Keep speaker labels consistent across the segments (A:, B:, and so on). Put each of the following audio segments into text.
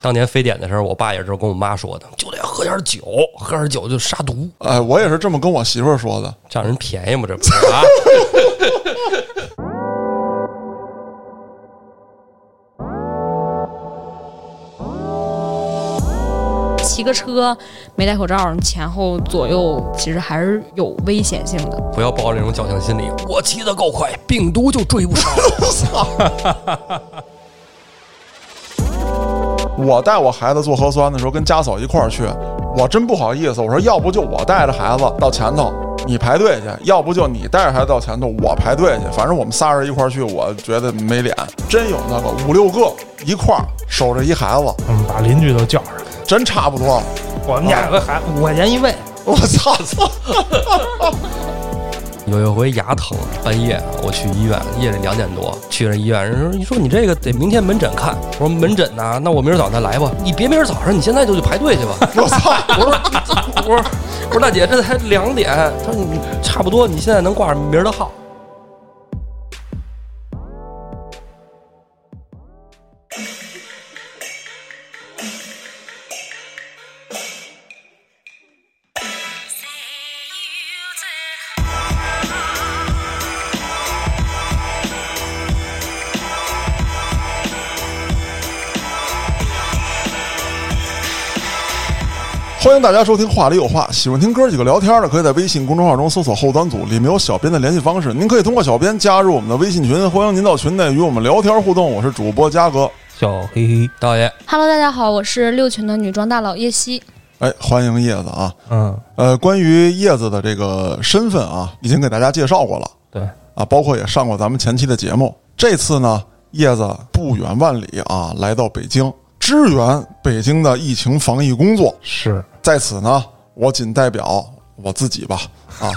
A: 当年非典的时候，我爸也是跟我妈说的，就得喝点酒，喝点酒就杀毒，
B: 哎，我也是这么跟我媳妇儿说的。
A: 占人便宜嘛，这不是啊？
C: 骑个车没戴口罩，前后左右其实还是有危险性的。
A: 不要抱着那种侥幸心理，我骑得够快，病毒就追不上 我。
B: 我带我孩子做核酸的时候，跟家嫂一块儿去，我真不好意思，我说要不就我带着孩子到前头，你排队去；要不就你带着孩子到前头，我排队去。反正我们仨人一块儿去，我觉得没脸。真有那个五六个一块儿守着一孩子，
D: 我嗯们把邻居都叫上来。
B: 真差不多。
D: 我们家有个孩子，五块钱一位，
B: 我操！操
A: 有一回牙疼，半夜我去医院，夜里两点多去了医院，人说你说你这个得明天门诊看，我说门诊呐、那我明儿早上再来吧。你别明儿早上，你现在就去排队去吧。
B: 我操！
A: 我说我说我说大姐，这才两点，她说你差不多，你现在能挂上明儿的号。
B: 欢迎大家收听《话里有话》，喜欢听哥几个聊天的，可以在微信公众号中搜索“后端组”，里面有小编的联系方式，您可以通过小编加入我们的微信群，欢迎您到群内与我们聊天互动。我是主播嘉哥，
A: 小嘿嘿，大爷，
C: Hello，大家好，我是六群的女装大佬叶希。
B: 哎，欢迎叶子啊！
D: 嗯，
B: 呃，关于叶子的这个身份啊，已经给大家介绍过了
D: 对，
B: 啊，包括也上过咱们前期的节目。这次呢，叶子不远万里啊，来到北京支援北京的疫情防疫工作。
D: 是
B: 在此呢，我仅代表我自己吧，啊，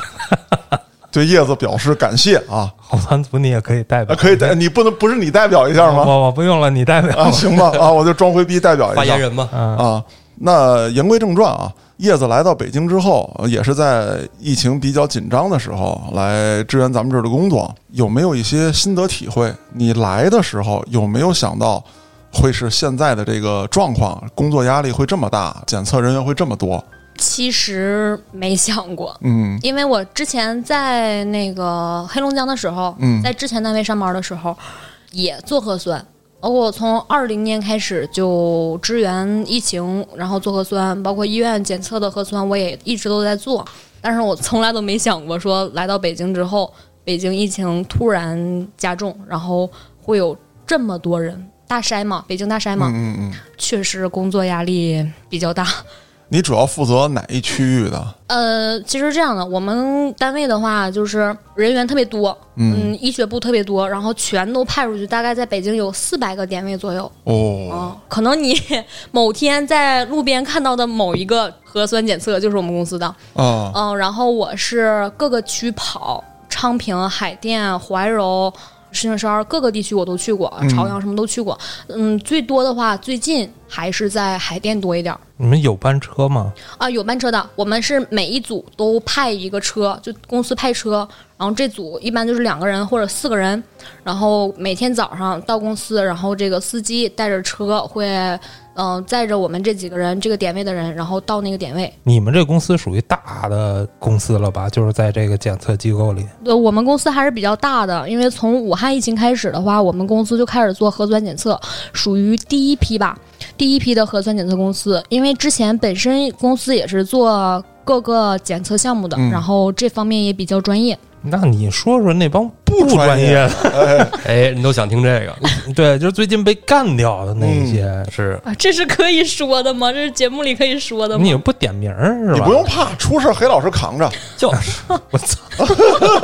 B: 对叶子表示感谢啊。
D: 好团组你也可以代
B: 啊，
D: 表，
B: 可以代，你不能不是你代表一下吗？
D: 我我不用了，你代表
B: 啊，
D: 吧。
B: 行吧，啊，我就装回逼代表
A: 哦发
B: 一下
A: 言。人嘛，
D: 嗯，
B: 啊。那言归正传啊，叶子来到北京之后，呃也是在疫情比较紧张的时候来支援咱们这儿的工作，有没有一些心得体会？你来的时候有没有想到会是现在的这个状况，工作压力会这么大，检测人员会这么多？
C: 其实没想过，
B: 嗯
C: 因为我之前在那个黑龙江的时候，
B: 嗯
C: 在之前单位上班的时候也做核酸。包括我从二零年开始就支援疫情，然后做核酸，包括医院检测的核酸，我也一直都在做。但是我从来都没想过说来到北京之后，北京疫情突然加重，然后会有这么多人大筛嘛，北京大筛嘛，
B: 嗯嗯，
C: 确实工作压力比较大。
B: 你主要负责哪一区域的？
C: 呃，其实这样的，我们单位的话就是人员特别多，
B: 嗯
C: 嗯，医学部特别多，然后全都派出去，大概在北京有四百个点位左右。
B: 哦，
C: 嗯，可能你某天在路边看到的某一个核酸检测就是我们公司的。
B: 啊，
C: 嗯，然后我是各个区跑，昌平、海淀、怀柔。石景山各个地区我都去过，朝阳什么都去过。嗯，最多的话，最近还是在海淀多一点儿。
D: 你们有班车吗？
C: 啊，有班车的。我们是每一组都派一个车，就公司派车，然后这组一般就是两个人或者四个人，然后每天早上到公司，然后这个司机带着车会，嗯、载着我们这几个人这个点位的人，然后到那个点位。
D: 你们这公司属于大的公司了吧？就是在这个检测机构里，
C: 呃，我们公司还是比较大的，因为从武汉疫情开始的话，我们公司就开始做核酸检测，属于第一批吧，第一批的核酸检测公司。因为之前本身公司也是做各个检测项目的，
B: 嗯
C: 然后这方面也比较专业。
D: 那你说说那帮不
B: 不专
D: 专
B: 业
D: 业的，
A: 哎，你都想听 这个？
D: 对，就是最近被干掉的那
B: 嗯
D: 一些，哎
A: 是
C: 啊，这是可以说的吗？这是节目里可以说的吗？
D: 你也不点名儿是吧？
B: 你不用怕，出事儿黑老师扛着。
A: 就是
D: 我操，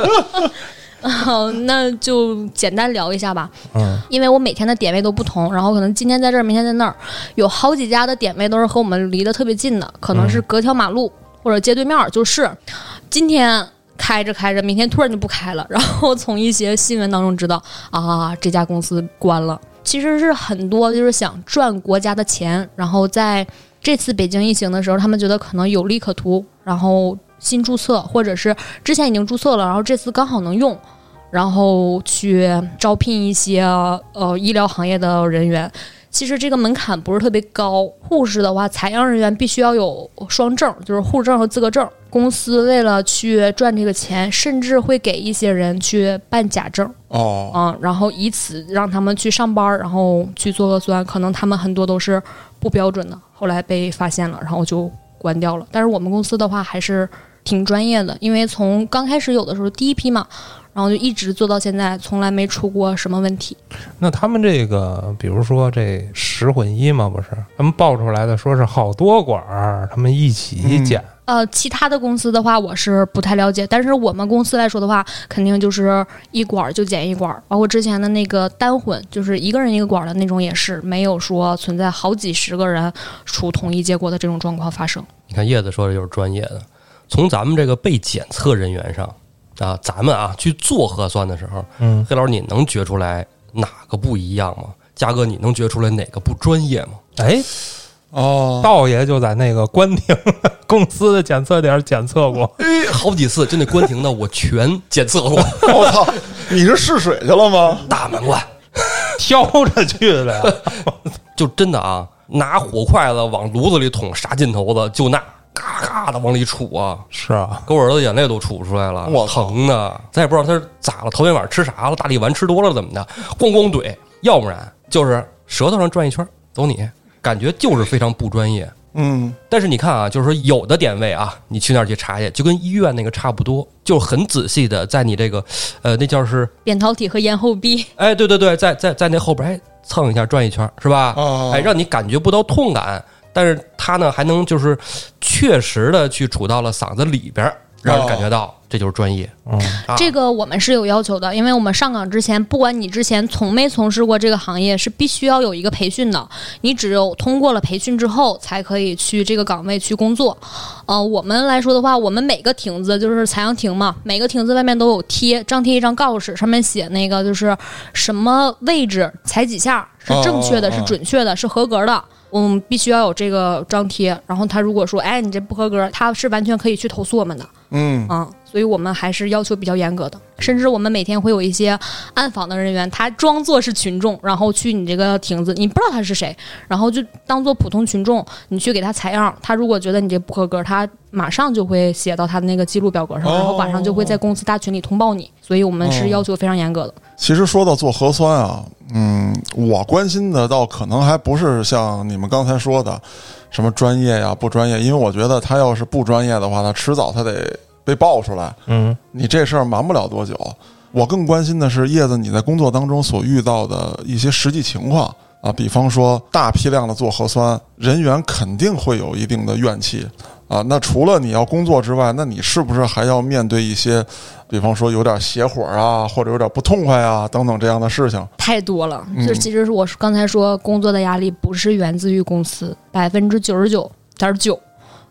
C: 好，那就简单聊一下吧，
D: 嗯，
C: 因为我每天的点位都不同，然后可能今天在这儿，明天在那儿，有好几家的点位都是和我们离得特别近的，可能是隔条马路、或者街对面儿，就是今天。开着开着，明天突然就不开了。然后从一些新闻当中知道啊，这家公司关了。其实是很多就是想赚国家的钱，然后在这次北京疫情的时候，他们觉得可能有利可图，然后新注册或者是之前已经注册了，然后这次刚好能用，然后去招聘一些呃医疗行业的人员。其实这个门槛不是特别高。护士的话，采样人员必须要有双证，就是护士证和资格证。公司为了去赚这个钱，甚至会给一些人去办假证
B: 哦，
C: 啊，然后以此让他们去上班，然后去做核酸。可能他们很多都是不标准的，后来被发现了，然后就关掉了。但是我们公司的话还是挺专业的，因为从刚开始有的时候第一批嘛，然后就一直做到现在，从来没出过什么问题。
D: 那他们这个，比如说这十混一嘛，不是他们报出来的，说是好多管儿，他们一起
B: 嗯
D: 检，
C: 呃，其他的公司的话，我是不太了解，但是我们公司来说的话，肯定就是一管儿就减一管儿，包括之前的那个单混，就是一个人一个管儿的那种，也是没有说存在好几十个人出同一结果的这种状况发生。
A: 你看叶子说的就是专业的，从咱们这个被检测人员上啊，咱们啊去做核酸的时候，
D: 嗯，
A: 黑老师你能觉出来哪个不一样吗？嘉哥，你能觉出来哪个不专业吗？
D: 哎，
B: 哦，
D: 道爷就在那个关停公司的检测点检测过，
A: 哎好几次，就那关停的，我全检测过，
B: 我操，你是试水去了吗？
A: 大满贯，
D: 挑着去的呀。
A: 就真的啊，拿火筷子往炉子里捅，啥劲头子就那嘎嘎的往里杵啊，
D: 是啊，
A: 给我儿子眼泪都杵出来了，
B: 我靠
A: 疼的，咱也不知道他是咋了，头天晚上吃啥了，大力丸吃多了怎么的，咣咣怼，要不然就是舌头上转一圈，走你，感觉就是非常不专业。
B: 嗯，
A: 但是你看啊，就是说有的点位啊，你去那儿去查去，就跟医院那个差不多，就是很仔细的在你这个，呃，那叫是，
C: 扁桃体和咽后壁，
A: 哎，对对对，在在在那后边，哎，蹭一下转一圈，是吧？
B: 哦
A: 哎，让你感觉不到痛感，但是它呢还能就是确实的去杵到了嗓子里边儿，让人感觉
B: 哦
A: 到，这就是专业。
D: 嗯，
A: 啊、
C: 这个我们是有要求的，因为我们上岗之前，不管你之前从没从事过这个行业，是必须要有一个培训的。你只有通过了培训之后，才可以去这个岗位去工作。呃，我们来说的话，我们每个亭子就是采样亭嘛，每个亭子外面都有贴张贴一张告示，上面写那个就是什么位置踩几下是正确的，
B: 哦哦哦
C: 是准确的，是合格的。嗯，必须要有这个张贴。然后他如果说，哎，你这不合格，他是完全可以去投诉我们的。
B: 嗯，
C: 啊，所以我们还是要求比较严格的，甚至我们每天会有一些暗访的人员，他装作是群众，然后去你这个亭子，你不知道他是谁，然后就当做普通群众，你去给他采样，他如果觉得你这不合格，他马上就会写到他的那个记录表格上，然后晚上就会在公司大群里通报你，所以我们是要求非常严格的。
B: 其实说到做核酸啊，嗯，我关心的倒可能还不是像你们刚才说的什么专业呀、不专业，因为我觉得他要是不专业的话，他迟早他得被爆出来。
D: 嗯，
B: 你这事儿瞒不了多久。我更关心的是叶子你在工作当中所遇到的一些实际情况啊，比方说大批量的做核酸，人员肯定会有一定的怨气啊。那除了你要工作之外，那你是不是还要面对一些，比方说有点邪火啊，或者有点不痛快啊等等这样的事情？
C: 太多了，
B: 嗯
C: 这其实是我刚才说工作的压力不是源自于公司，百分之九十九点九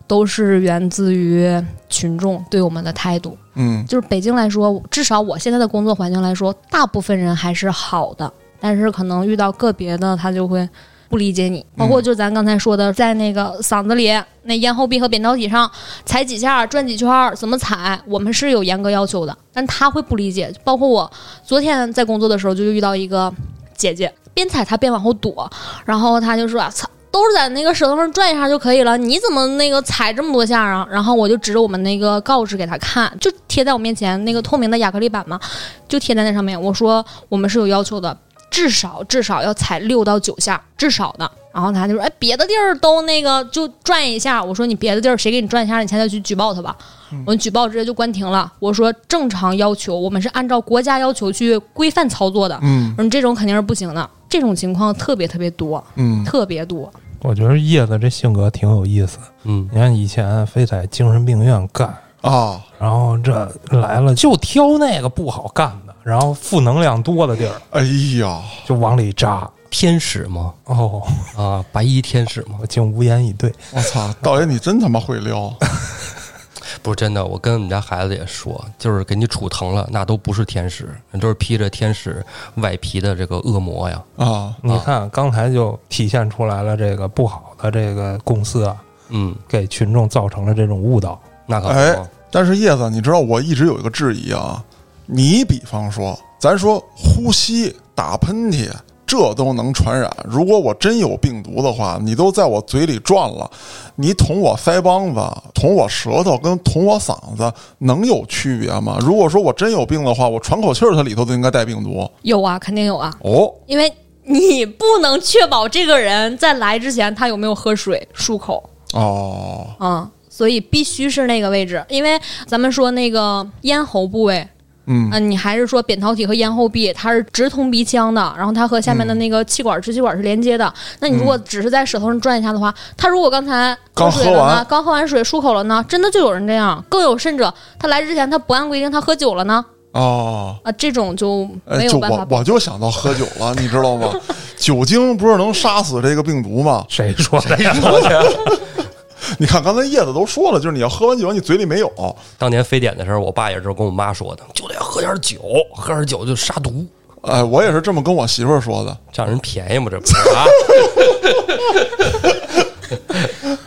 C: 都是源自于群众对我们的态度。
B: 嗯
C: 就是北京来说，至少我现在的工作环境来说，大部分人还是好的，但是可能遇到个别的，他就会不理解你。包括就咱刚才说的，在那个嗓子里、那咽后壁和扁桃体上踩几下、转几圈儿，怎么踩，我们是有严格要求的，但他会不理解。包括我昨天在工作的时候，就遇到一个姐姐，边踩她边往后躲，然后她就说：“啊，操！”都是在那个舌头上转一下就可以了，你怎么那个踩这么多下啊？然后我就指着我们那个告示给她看，就贴在我面前那个透明的亚克力板嘛，就贴在那上面。我说我们是有要求的，至少至少要踩六到九下，至少的。然后她就说：“哎，别的地儿都那个就转一下。”我说：“你别的地儿谁给你转一下？你现在去举报他吧。”
B: 嗯
C: 我们举报直接就关停了。我说：“正常要求，我们是按照国家要求去规范操作的。
B: 嗯
C: 嗯，这种肯定是不行的，这种情况特别特别多，
B: 嗯，
C: 特别多。
D: 我觉得叶子这性格挺有意思。
A: 嗯，
D: 你看以前非在精神病院干，
B: 啊，
D: 然后这来了就挑那个不好干的，然后负能量多的地儿
B: 哎呀，
D: 就往里扎。
A: 天使嘛，
D: 哦，
A: 啊，白衣天使嘛，
D: 我竟无言以对。
B: 我操，导演你真他妈会撩，
A: 不是真的。我跟我们家孩子也说，就是给你杵疼了，那都不是天使，那都是披着天使外皮的这个恶魔呀。
B: 啊，
D: 你看刚才就体现出来了，这个不好的这个公司啊，
A: 嗯，
D: 给群众造成了这种误导。
A: 那可
B: 哎
A: 不嘛。
B: 但是叶子，你知道我一直有一个质疑啊，你比方说，咱说呼吸、打喷嚏，这都能传染。如果我真有病毒的话，你都在我嘴里转了，你捅我腮帮子、捅我舌头跟捅我嗓子能有区别吗？如果说我真有病的话，我喘口气儿，它里头就应该带病毒
C: 有啊，肯定有啊，
B: 哦。
C: 因为你不能确保这个人在来之前他有没有喝水漱口
B: 哦，
C: 啊、所以必须是那个位置，因为咱们说那个咽喉部位。
B: 嗯
C: 呃你还是说扁桃体和咽喉壁它是直通鼻腔的，然后它和下面的那个气管、支气管是连接的。那你如果只是在舌头上转一下的话，他如果刚才
B: 刚
C: 水
B: 喝
C: 了呢
B: 完，
C: 刚喝完水漱口了呢，真的就有人这样。更有甚者，他来之前他不按规定他喝酒了呢，
B: 哦，
C: 啊，这种就没
B: 哎，就
C: 有办法
B: 我。我就想到喝酒了，你知道 吗？酒精不是能杀死这个病毒吗？
D: 谁说的呀？我去，
B: 你看刚才叶子都说了，就是你要喝完酒，你嘴里没有，
A: 当年非典的时候，我爸也是跟我妈说的，就得喝点酒，喝点酒就杀毒，
B: 哎，我也是这么跟我媳妇儿说的。
A: 占人便宜吗？这不是啊？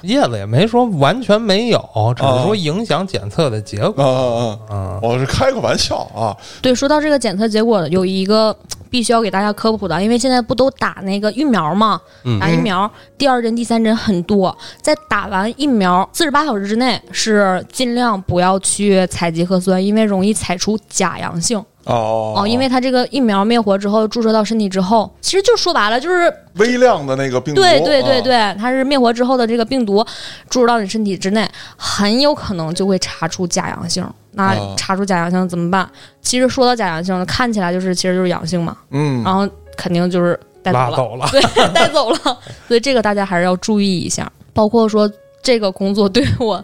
D: 叶子也没说完全没有，只是说影响检测的结果。
B: 嗯嗯嗯，我是开个玩笑啊。
C: 对，说到这个检测结果，有一个必须要给大家科普的，因为现在不都打那个疫苗嘛，打疫苗第二针、第三针很多，在打完疫苗四十八小时之内是尽量不要去采集核酸，因为容易采出假阳性
B: 哦
C: 哦，因为它这个疫苗灭活之后注射到身体之后，其实就说白了就是
B: 微量的那个病毒，
C: 对对对
B: 啊，
C: 对，它是灭活之后的这个病毒注入到你身体之内，很有可能就会查出假阳性。那
B: 哦
C: 查出假阳性怎么办？其实说到假阳性，看起来就是其实就是阳性嘛，
B: 嗯，
C: 然后肯定就是带走
D: 拉
C: 了，
D: 走了，
C: 对， 带走了。所以这个大家还是要注意一下，包括说这个工作对我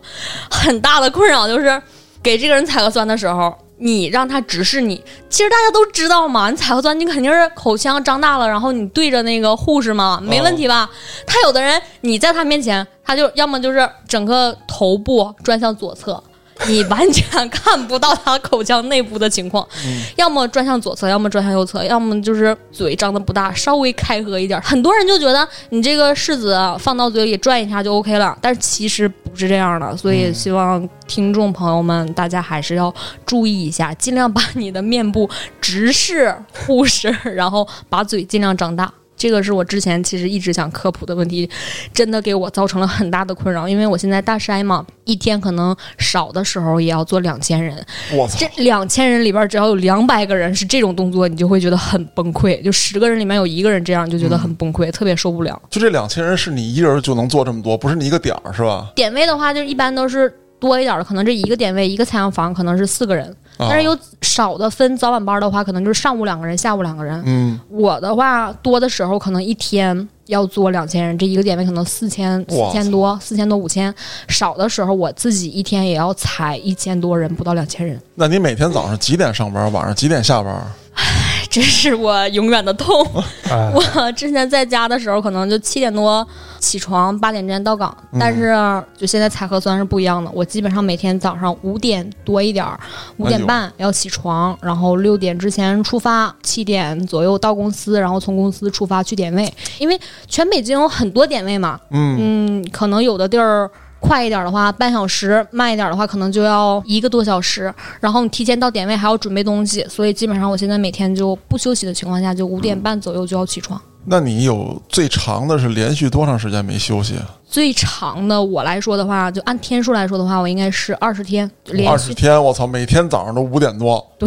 C: 很大的困扰就是给这个人采核酸的时候。你让他直视你，其实大家都知道嘛，你采核酸你肯定是口腔张大了，然后你对着那个护士嘛，没问题吧？他有的人你在他面前，他就要么就是整个头部转向左侧，你完全 看不到他口腔内部的情况，要么转向左侧，要么转向右侧，要么就是嘴张的不大，稍微开合一点。很多人就觉得你这个柿子啊放到嘴里转一下就 OK 了，但是其实不是这样的，所以希望听众朋友们大家还是要注意一下，尽量把 你的面部直视护士， 然后把嘴尽量张大。这个是我之前其实一直想科普的问题，真的给我造成了很大的困扰，因为我现在大筛嘛，一天可能少的时候也要做两千人，
B: 我操
C: 这，两千人里边只要有两百个人是这种动作，你就会觉得很崩溃。就十个人里面有一个人这样，就觉得很崩溃，特别受不了。
B: 就这两千人是你一人就能做这么多，不是你一个点儿是吧？
C: 点位的话，就是一般都是多一点的，可能这一个点位一个采样房可能是四个人，
B: 啊
C: 但是有少的分早晚班的话，可能就是上午两个人，下午两个人。
B: 嗯，
C: 我的话多的时候可能一天要做两千人，这一个点位可能四千四
B: 哇
C: 千多四千多五千，少的时候我自己一天也要采一千多人，不到两千人。
B: 那你每天早上几点上班，晚上几点下班？
C: 这是我永远的痛。
D: 哎，
C: 我之前在家的时候，可能就七点多起床，八点之前到岗。但是就现在采核酸是不一样的，我基本上每天早上五点多一点儿，五点半要起床，然后六点之前出发，七点左右到公司，然后从公司出发去点位。因为全北京有很多点位嘛，
B: 嗯，
C: 嗯，可能有的地儿快一点的话半小时，慢一点的话可能就要一个多小时。然后你提前到点位还要准备东西，所以基本上我现在每天就不休息的情况下，就五点半左右就要起床。
B: 那你有最长的是连续多长时间没休息？啊
C: 最长的我来说的话，就按天数来说的话，我应该是二十天连
B: 二十
C: 续。
B: 天，我操，每天早上都五点多，
C: 对，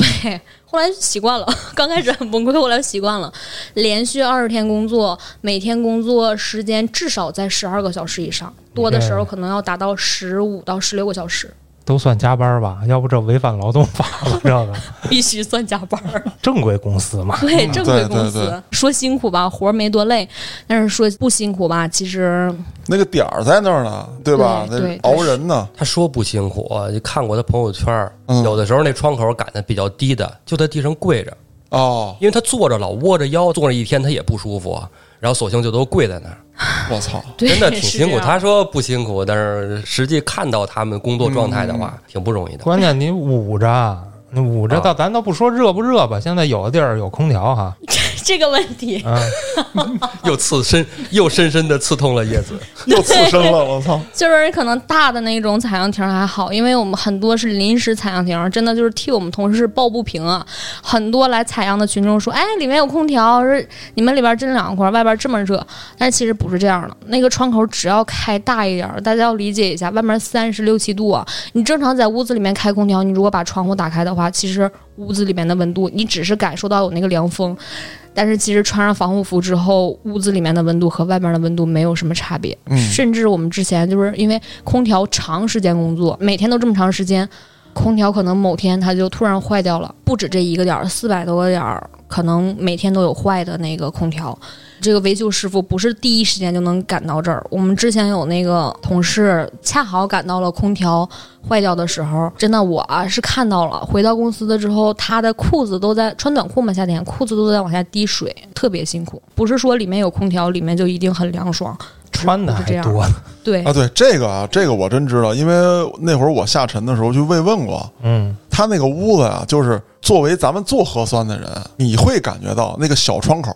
C: 后来习惯了，刚开始很崩溃，后来习惯了，连续二十天工作，每天工作时间至少在十二个小时以上，多的时候可能要达到十五到十六个小时，
D: 都算加班吧，要不这违反劳动法了。这个
C: 必须算加班儿。
D: 正规公司嘛，
C: 对，正规
B: 对
C: 公司
B: 对对
C: 说辛苦吧，活儿没多累，但是说不辛苦吧，其实
B: 那个点儿在那儿呢，对吧？
C: 对对
B: 那熬人呢，
A: 他说不辛苦，就看过他朋友圈，
B: 嗯
A: 有的时候那窗口赶的比较低的，就在地上跪着，
B: 哦，
A: 因为他坐着老窝着腰，坐着一天他也不舒服，然后索性就都跪在那 儿，
B: 我操，
C: 对
A: 真的挺
C: 是
A: 辛苦。
C: 这样
A: 他说不辛苦，但是实际看到他们工作状态的话，挺不容易的。
D: 关键你捂着，你捂着
A: 啊
D: 哦到咱都不说热不热吧，现在有的地儿有空调哈，
C: 这个问题。
D: 啊，
A: 又刺深，又深深的刺痛了叶子。
B: 又刺身了，我操！
C: 就是可能大的那种采样亭还好，因为我们很多是临时采样亭，真的就是替我们同事抱不平啊。很多来采样的群众说：“哎，里面有空调，是你们里边真凉快，外边这么热。”但是其实不是这样的，那个窗口只要开大一点儿，大家要理解一下，外面三十六七度啊，你正常在屋子里面开空调，你如果把窗户打开的话，其实屋子里面的温度你只是感受到有那个凉风。但是其实穿上防护服之后，屋子里面的温度和外面的温度没有什么差别。
B: 嗯
C: 甚至我们之前就是因为空调长时间工作，每天都这么长时间，空调可能某天它就突然坏掉了，不止这一个点儿，四百多个点儿，可能每天都有坏的那个空调。这个维修师傅不是第一时间就能赶到这儿。我们之前有那个同事恰好赶到了空调坏掉的时候，真的我啊是看到了。回到公司的之后，他的裤子都在穿短裤嘛，夏天裤子都在往下滴水，特别辛苦。不是说里面有空调，里面就一定很凉爽。
D: 穿
C: 不
D: 的还
C: 是这样
D: 多呢。
C: 对
B: 啊，，对这个啊，这个我真知道，因为那会儿我下沉的时候去慰问过，
D: 嗯，
B: 他那个屋子啊，就是作为咱们做核酸的人，你会感觉到那个小窗口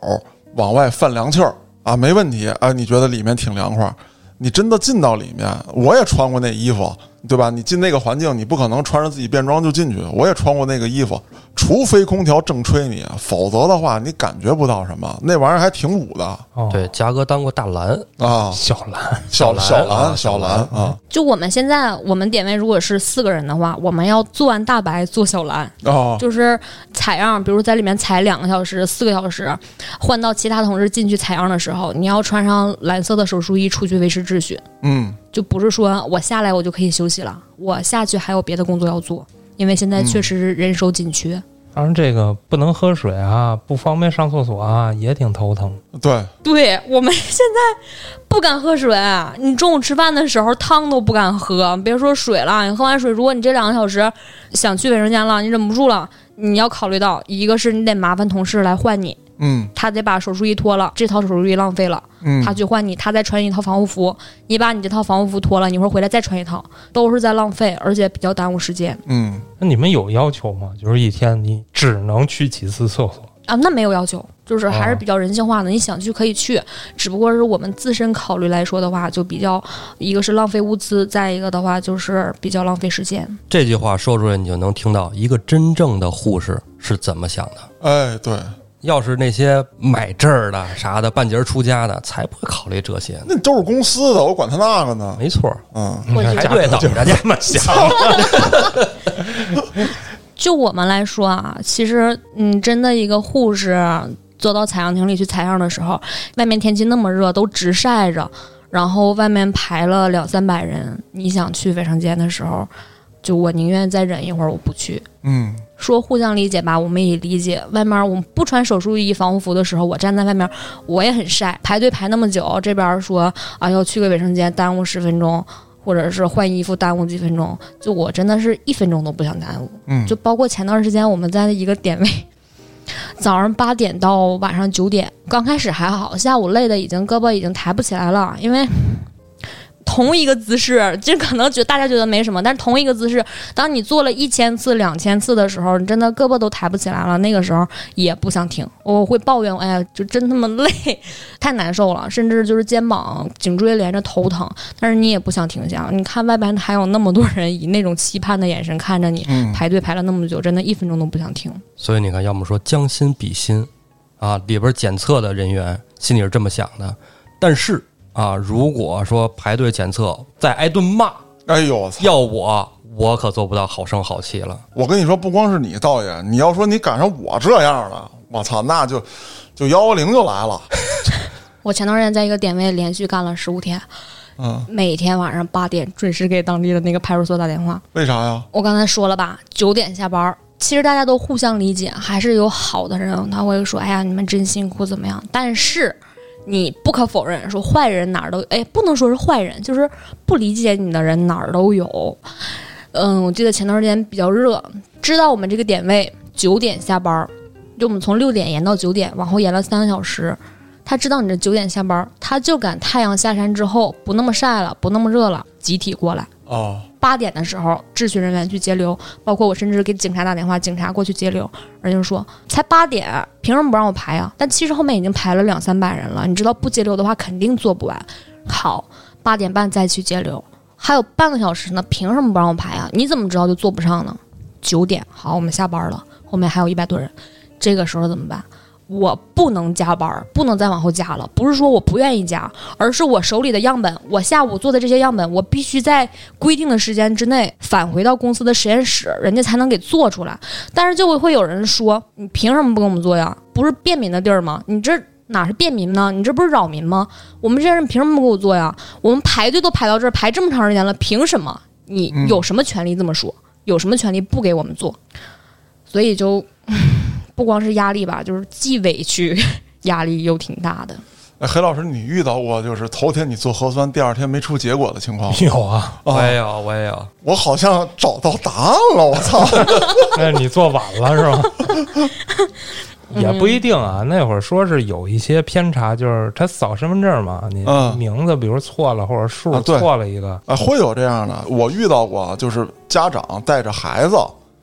B: 往外泛凉气儿啊，没问题啊，你觉得里面挺凉快儿。你真的进到里面，我也穿过那衣服，对吧？你进那个环境，你不可能穿着自己便装就进去。我也穿过那个衣服，除非空调正吹你，啊否则的话你感觉不到什么。那玩意儿还挺捂的
D: 哦，
A: 对，嘉哥当过大蓝，
B: 啊，
D: 小蓝，
B: 小
A: 小蓝啊
B: 蓝小蓝啊
C: 就我们现在我们点位如果是四个人的话，我们要做完大白做小蓝，
B: 啊，
C: 就是采样，比如在里面采两个小时、四个小时，换到其他同事进去采样的时候，你要穿上蓝色的手术衣出去维持秩序，
B: 嗯，
C: 就不是说我下来我就可以休息了，我下去还有别的工作要做，因为现在确实人手紧缺。
D: 当然这个不能喝水啊，不方便上厕所啊，也挺头疼。
B: 对，
C: 对我们现在不敢喝水，啊你中午吃饭的时候汤都不敢喝，别说水了。你喝完水，如果你这两个小时想去卫生间了，你忍不住了，你要考虑到一个是你得麻烦同事来换你，
B: 嗯
C: 他得把手术衣脱了，这套手术衣浪费了，
B: 嗯，
C: 他去换你，他再穿一套防护服，你把你这套防护服脱了，你一会儿回来再穿一套，都是在浪费，而且比较耽误时间
B: 嗯
D: 那你们有要求吗？就是一天你只能去几次厕所？
C: 啊。那没有要求，就是还是
D: 哦
C: 比较人性化的，你想去可以去，只不过是我们自身考虑来说的话，就比较一个是浪费物资，再一个的话就是比较浪费时间。
A: 这句话说出来，你就能听到一个真正的护士是怎么想的。
B: 哎对，
A: 要是那些买证儿的啥的，半截儿出家的，才不会考虑这些呢。
B: 那都是公司的，我管他那个呢。
A: 没错儿，
B: 嗯
D: 你看
A: 排队 等着去。
D: 么想，
C: 就我们来说啊，其实嗯，真的一个护士坐到采样亭里去采样的时候，外面天气那么热，都直晒着，然后外面排了两三百人，你想去卫生间的时候，就我宁愿再忍一会儿，我不去。
B: 嗯，
C: 说互相理解吧，我们也理解。外面我们不穿手术衣、防护服的时候，我站在外面我也很晒，排队排那么久，这边说啊要去个卫生间，耽误十分钟，或者是换衣服耽误几分钟，就我真的是一分钟都不想耽误。
B: 嗯
C: 就包括前段时间我们在的一个点位， 早上八点到晚上九点，刚开始还好，下午累的已经胳膊已经抬不起来了，因为同一个姿势，这可能觉得大家觉得没什么，但是同一个姿势，当你做了一千次、两千次的时候，你真的胳膊都抬不起来了，那个时候也不想停，我会抱怨，哎呀，就真他妈累，太难受了，甚至就是肩膀、颈椎连着头疼，但是你也不想停下，你看外边还有那么多人以那种期盼的眼神看着你，
B: 嗯
C: 排队排了那么久，真的一分钟都不想停。
A: 所以你看，要么说将心比心，啊，里边检测的人员心里是这么想的。但是啊，如果说排队检测再挨顿骂，
B: 哎呦我操！
A: 要我我可做不到好声好气了。
B: 我跟你说，不光是你道爷，你要说你赶上我这样了，我操，那就就幺幺零就来了。
C: 我前段时间在一个点位连续干了十五天，
B: 嗯，
C: 每天晚上八点准时给当地的那个派出所打电话。
B: 为啥呀？
C: 我刚才说了吧，九点下班儿。其实大家都互相理解，还是有好的人他会说：“哎呀，你们真辛苦，怎么样？”但是你不可否认，说坏人哪儿都哎，不能说是坏人，就是不理解你的人哪儿都有。嗯，我记得前段时间比较热，知道我们这个点位九点下班儿，就我们从六点延到九点，往后延了三个小时。他知道你这九点下班儿，他就赶太阳下山之后不那么晒了，不那么热了，集体过来。
B: 哦，
C: 八点的时候，秩序人员去截流，包括我甚至给警察打电话，警察过去截流，人家说才八点，凭什么不让我排啊？但其实后面已经排了两三百人了，你知道不截流的话肯定做不完。好，八点半再去截流，还有半个小时呢，凭什么不让我排啊？你怎么知道就做不上呢？九点，好，我们下班了，后面还有一百多人，这个时候怎么办？我不能加班儿，不能再往后加了。不是说我不愿意加，而是我手里的样本，我下午做的这些样本，我必须在规定的时间之内返回到公司的实验室，人家才能给做出来。但是就会有人说，你凭什么不给我们做呀？不是便民的地儿吗？你这哪是便民呢？你这不是扰民吗？我们这些人凭什么不给我做呀？我们排队都排到这儿，排这么长时间了，凭什么？你
B: 嗯
C: 有什么权利这么说？有什么权利不给我们做？所以就 不光是压力吧，就是既委屈， 压力又挺大的。
B: 哎，黑老师，你遇到过就是头天你做核酸，第二天没出结果的情况吗？
D: 有啊，
A: 我也有，我也有。
B: 我好像找到答案了，我 操！
D: 那你做晚了是吧？ 也不一定啊，那会儿说是有一些偏差，就是他扫身份证嘛，你
B: 嗯
D: 名字比如错了或者数
B: 啊对
D: 错了一个，
B: 啊，会有这样的，我遇到过，就是家长带着孩子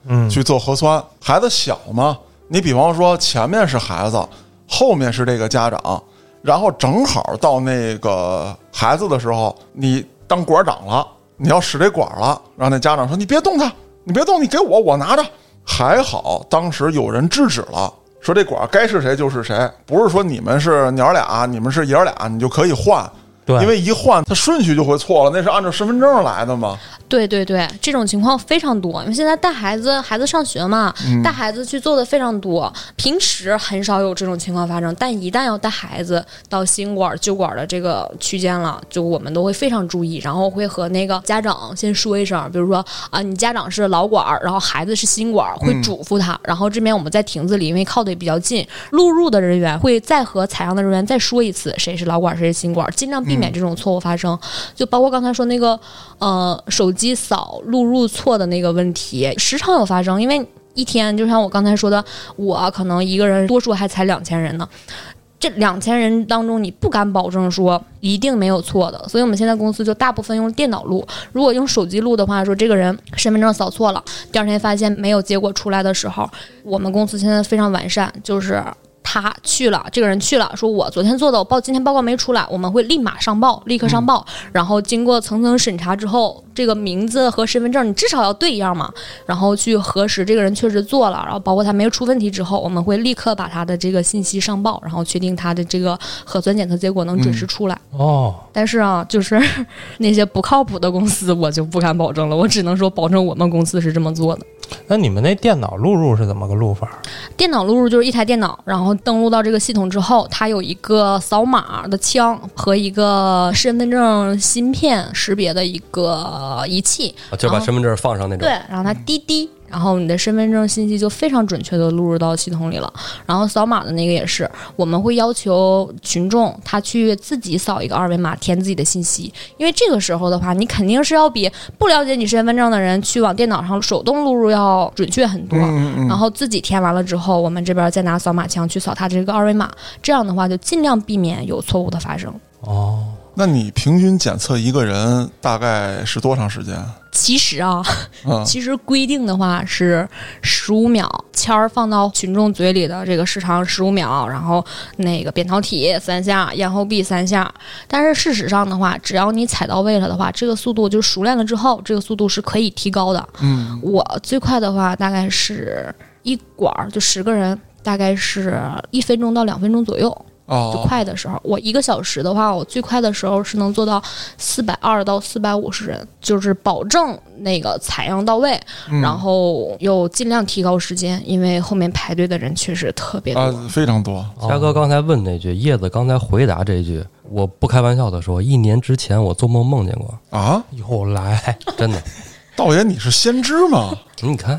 D: 嗯，
B: 去做核酸，孩子小嘛，你比方说前面是孩子，后面是这个家长，然后正好到那个孩子的时候，你当管长了，你要使这管了，然后那家长说你别动他，你别动，你给我，我拿着。还好当时有人制止了。说这管该是谁就是谁，不是说你们是娘儿俩，你们是爷儿俩，你就可以换。
D: 对，
B: 因为一换它顺序就会错了，那是按照身份证来的嘛。
C: 对对对，这种情况非常多，因为现在带孩子，孩子上学嘛，带孩子去做的非常多，平时很少有这种情况发生，但一旦要带孩子到新管儿旧管儿的这个区间了，就我们都会非常注意，然后会和那个家长先说一声，比如说啊，你家长是老管儿，然后孩子是新管儿，会嘱咐他，然后这边我们在亭子里，因为靠得也比较近，录入的人员会再和采样的人员再说一次谁是老管儿谁是新管儿，尽量避免这种错误发生，就包括刚才说那个呃手机扫录入错的那个问题，时常有发生，因为一天就像我刚才说的，我可能一个人多数还才两千人呢。这两千人当中，你不敢保证说一定没有错的，所以我们现在公司就大部分用电脑录。如果用手机录的话，说这个人身份证扫错了，第二天发现没有结果出来的时候，我们公司现在非常完善，就是他去了，这个人去了，说我昨天做的，我报今天报告没出来，我们会立马上报，立刻上报，然后经过层层审查之后，这个名字和身份证你至少要对一样嘛，然后去核实这个人确实做了，然后包括他没有出问题之后，我们会立刻把他的这个信息上报，然后确定他的这个核酸检测结果能准时出来。
D: 哦，
C: 但是啊，就是那些不靠谱的公司，我就不敢保证了，我只能说保证我们公司是这么做的。
D: 那你们那电脑录入是怎么个录法？
C: 电脑录入就是一台电脑，然后登录到这个系统之后，它有一个扫码的枪和一个身份证芯片识别的一个仪器，
A: 啊就是把
C: 哦
A: 身份证放上那种
C: 对，，然后它滴滴，然后你的身份证信息就非常准确的录入到系统里了。然后扫码的那个也是，我们会要求群众他去自己扫一个二维码填自己的信息，因为这个时候的话，你肯定是要比不了解你身份证的人去往电脑上手动录入要准确很多。
B: 嗯
C: 然后自己填完了之后，我们这边再拿扫码枪去扫他这个二维码，这样的话就尽量避免有错误的发生。
D: 哦，
B: 那你平均检测一个人大概是多长时间？
C: 其实啊，
B: 啊，
C: 其实规定的话是十五秒，签儿放到群众嘴里的这个时长十五秒，然后那个扁桃体三下，咽喉壁三下。但是事实上的话，只要你踩到位了的话，这个速度就熟练了之后，这个速度是可以提高的。
B: 嗯，
C: 我最快的话大概是一管儿就十个人，大概是一分钟到两分钟左右。就
B: 哦，
C: 快的时候，我一个小时的话，我最快的时候是能做到四百二到四百五十人，就是保证那个采样到位，
B: 嗯
C: 然后又尽量提高时间，因为后面排队的人确实特别多。
B: 啊，非常多。
A: 嘉
D: 哦
A: 哥刚才问那句，叶子刚才回答这句，我不开玩笑的说，一年之前我做梦梦见过，
B: 啊，
D: 又来，
A: 真 的。
B: 道爷，你是先知吗？
A: 你看，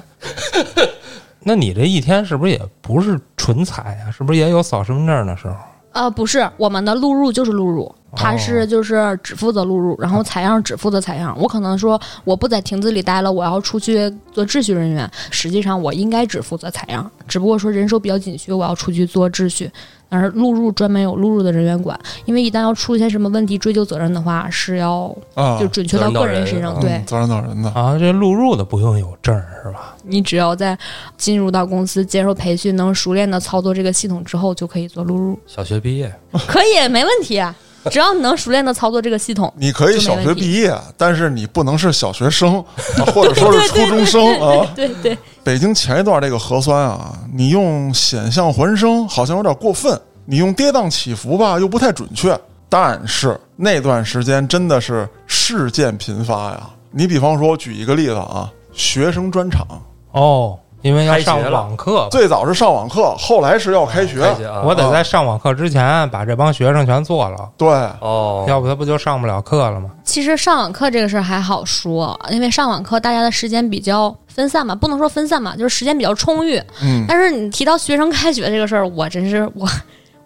D: 那你这一天是不是也不是纯采啊？是不是也有扫身份证的时候？
C: 呃，不是，我们的录入就是录入，他是就是只负责录入，然后采样只负责采样。我可能说我不在亭子里待了，我要出去做秩序人员。实际上我应该只负责采样，只不过说人手比较紧缺，我要出去做秩序。但是录入专门有录入的人员管，因为一旦要出现什么问题追究责任的话，是要
B: 啊
C: 就，准确
A: 责
C: 到
A: 任到
C: 个人
A: 人
C: 身上。
A: 啊
C: 对
B: 嗯，责任到人的，
D: 啊，这录入的不用有证儿是吧？
C: 你只要在进入到公司接受培训，能熟练的操作这个系统之后，就可以做录入。
A: 小学毕业，
C: 可以，没问题，啊只要你能熟练的操作这个系统。
B: 你可以小学毕业，但是你不能是小学 生，啊或者说是初中生啊。
C: 对对，
B: 北京前一段这个核酸啊，你用险象环生好像有点过分，你用跌宕起伏吧又不太准确。但是那段时间真的是事件频发呀。你比方说，我举一个例子啊，学生专场
D: 哦，因为要上
A: 开学了
D: 网课，
B: 最早是上网课，后来是要开学。
A: 开学啊，
D: 我得在上网课之前把这帮学生全做了，
B: 对，
A: 哦，
D: 要不他不就上不了课了吗？
C: 其实上网课这个事儿还好说，因为上网课大家的时间比较分散吧，不能说分散吧，就是时间比较充裕。
B: 嗯，
C: 但是你提到学生开学这个事儿，我真是我。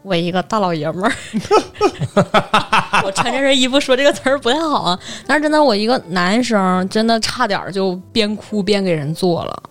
C: 我一个大老爷们儿， 我穿这身衣服说这个词儿不太好啊。但是真的，我一个男生真的差点儿就边哭边给人做了。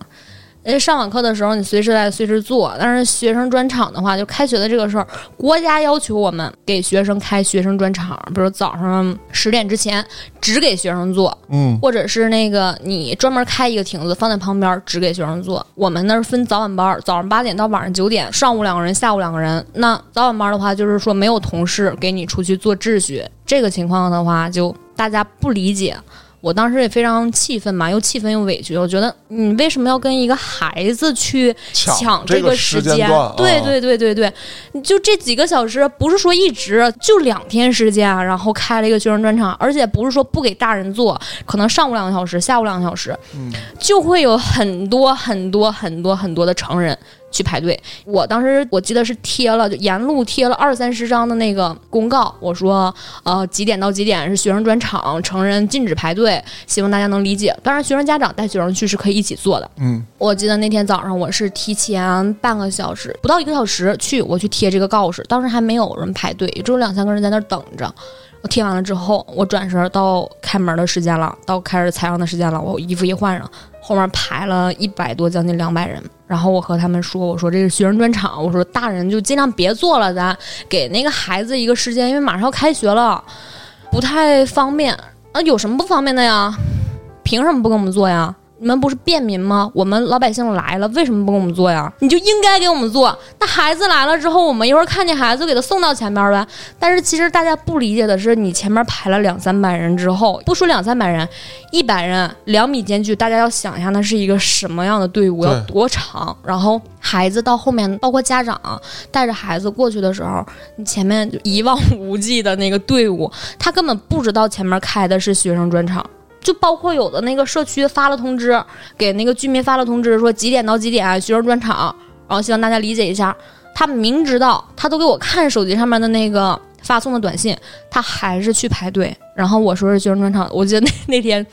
C: 呃，上网课的时候你随时来随时做，但是学生专场的话，就开学的这个事儿，国家要求我们给学生开学生专场，比如早上十点之前只给学生做，
B: 嗯，
C: 或者是那个你专门开一个亭子放在旁边儿只给学生做。我们那儿分早晚班儿，早上八点到晚上九点，上午两个人，下午两个人。那早晚班儿的话，就是说没有同事给你出去做秩序，这个情况的话，就大家不理解。我当时也非常气愤嘛，又气愤又委屈。我觉得你为什么要跟一个孩子去抢
B: 这
C: 个
B: 时
C: 时
B: 间段，
C: 对
B: 啊，
C: 对对对对，你就这几个小时，不是说一直就两天时间啊，然后开了一个学生专场，而且不是说不给大人做，可能上午两个小时，下午两个小时，
B: 嗯
C: 就会有很多很多很多很多的成人去排队。我当时我记得是贴了，就沿路贴了二三十张的那个公告，我说呃几点到几点是学生专场，成人禁止排队，希望大家能理解。当然，学生家长带学生去是可以一起做的。
B: 嗯，
C: 我记得那天早上我是提前半个小时，不到一个小时去，我去贴这个告示，当时还没有人排队，也只有两三个人在那儿等着。我贴完了之后，我转身到开门的时间了，到开始采样的时间了，我衣服一换上，啊后面排了一百多，将近两百人。然后我和他们说：“我说这是学生专场，我说大人就尽量别做了，咱给那个孩子一个时间，因为马上要开学了，不太方便。啊，有什么不方便的呀？凭什么不给我们做呀？你们不是便民吗？我们老百姓来了，为什么不给我们做呀？你就应该给我们做。那孩子来了之后，我们一会儿看见孩子就给他送到前边儿呗。但是其实大家不理解的是，你前面排了两三百人之后，不说两三百人，一百人两米间距，大家要想一下那是一个什么样的队伍，
B: 对
C: 要多长。然后孩子到后面，包括家长带着孩子过去的时候，你前面就一望无际的那个队伍，他根本不知道前面开的是学生专场。就包括有的那个社区发了通知，给那个居民发了通知，说几点到几点学生专场，然后希望大家理解一下。他明知道，他都给我看手机上面的那个发送的短信，他还是去排队。然后我说是学生专场，我记得那 那天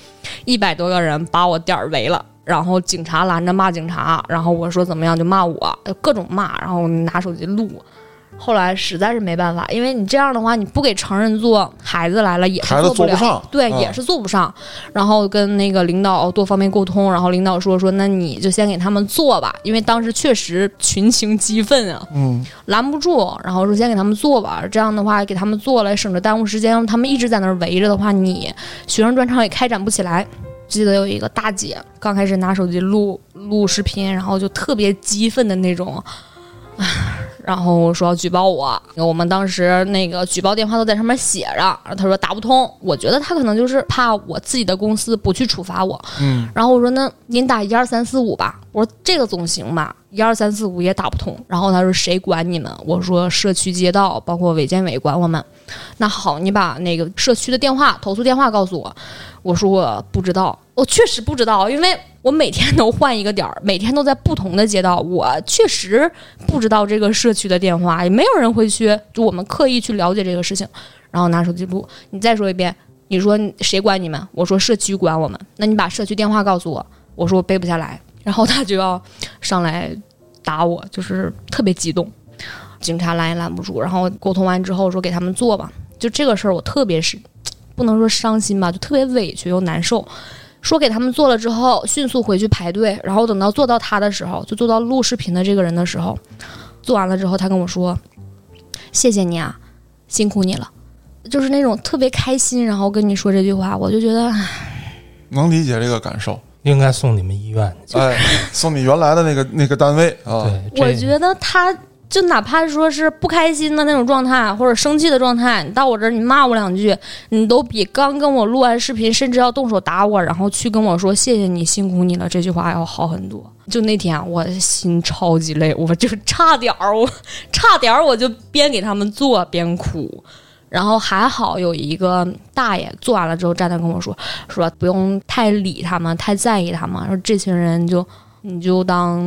C: 一百多个人把我店儿围了，然后警察拦着骂警察，然后我说怎么样就骂我，呃各种骂，然后拿手机录。后来实在是没办法，因为你这样的话，你不给成人做，孩子来了也是
B: 孩子
C: 不
B: 坐
C: 了。
B: 不上，
C: 对，
B: 嗯
C: 也是做不上。然后跟那个领导多方面沟通，然后领导说说，那你就先给他们做吧，因为当时确实群情激愤啊，
B: 嗯，
C: 拦不住。然后说先给他们做吧，这样的话给他们做了，省着耽误时间。让他们一直在那儿围着的话，你学生专场也开展不起来。记得有一个大姐刚开始拿手机录录视频，然后就特别激愤的那种。然后说要举报我，我们当时那个举报电话都在上面写着，他说打不通，我觉得他可能就是怕我自己的公司不去处罚我，
B: 嗯，
C: 然后我说那您打一二三四五吧，我说这个总行吧，一二三四五也打不通，然后他说谁管你们？我说社区街道包括卫健委管我们，那好，你把那个社区的电话投诉电话告诉我，我说我不知道，我确实不知道，因为我每天都换一个点儿，每天都在不同的街道，我确实不知道这个社区的电话，也没有人会去，就我们刻意去了解这个事情，然后拿手机录。你再说一遍，你说谁管你们？我说社区管我们。那你把社区电话告诉我，我说我背不下来，然后他就要上来打我，就是特别激动。警察拦也拦不住，然后沟通完之后说给他们做吧，就这个事儿，我特别是不能说伤心吧，就特别委屈又难受。说给他们做了之后，迅速回去排队，然后等到做到他的时候，就做到录视频的这个人的时候，做完了之后，他跟我说：“谢谢你啊，辛苦你了。”就是那种特别开心，然后跟你说这句话，我就觉得唉
B: 能理解这个感受。
D: 应该送你们医院去。
B: 哎，送你原来的那个 那个单位啊，
D: 对，这
C: 我觉得他就哪怕说是不开心的那种状态，或者生气的状态，你到我这儿你骂我两句，你都比刚跟我录完视频，甚至要动手打我，然后去跟我说谢谢你辛苦你了这句话要好很多。就那天啊我心超级累，我就差点儿，我差点儿我就边给他们做边哭。然后还好有一个大爷做完了之后站那跟我说，说不用太理他们，太在意他们，说这群人就你就当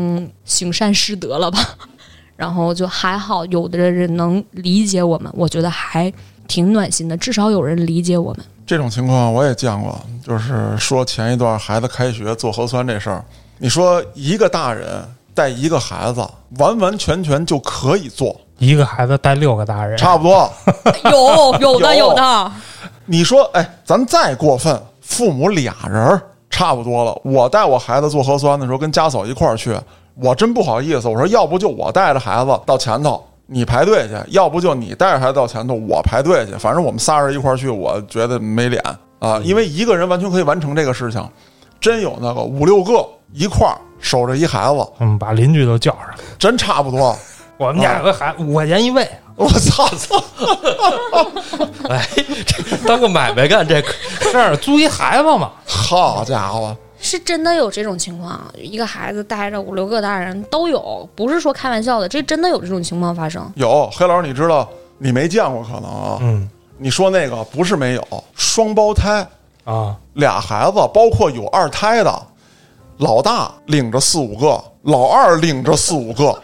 C: 行善施德了吧。 然后就还好，有的人能理解我们，我觉得还挺暖心的，至少有人理解我 们。
B: 这种情况我也见过，就是说前一段孩子开学做核酸这事儿，你说一个大人带一个孩子，完完全全就可以做，
D: 一个孩子带六个大人，
B: 差不多。
C: 有有的
B: 有
C: 有的，
B: 你说，哎，咱再过分，父母俩人儿差不多了。我带我孩子做核酸的时候，跟家嫂一块儿去，我真不好意思。我说，要不就我带着孩子到前头，你排队去；要不就你带着孩子到前头，我排队去。反正我们仨人一块儿去，我觉得没脸啊，因为一个人完全可以完成这个事情。真有那个五六个一块儿守着一孩子，
D: 嗯，把邻居都叫上。
B: 真差不多。
D: 我们家有个孩子，五块钱一位，
B: 我操！操
A: 哎，这当个买卖干，这可
D: 这儿租一孩子嘛，
B: 好家伙，
C: 是真的有这种情况，一个孩子带着五六个大人都有，不是说开玩笑的，这真的有这种情况发生。
B: 有黑老师，你知道你没见过可能啊？
D: 嗯
B: 你说那个不是没有，双胞胎
D: 啊，
B: 俩孩子，包括有二胎的，老大领着四五个，老二领着四五个，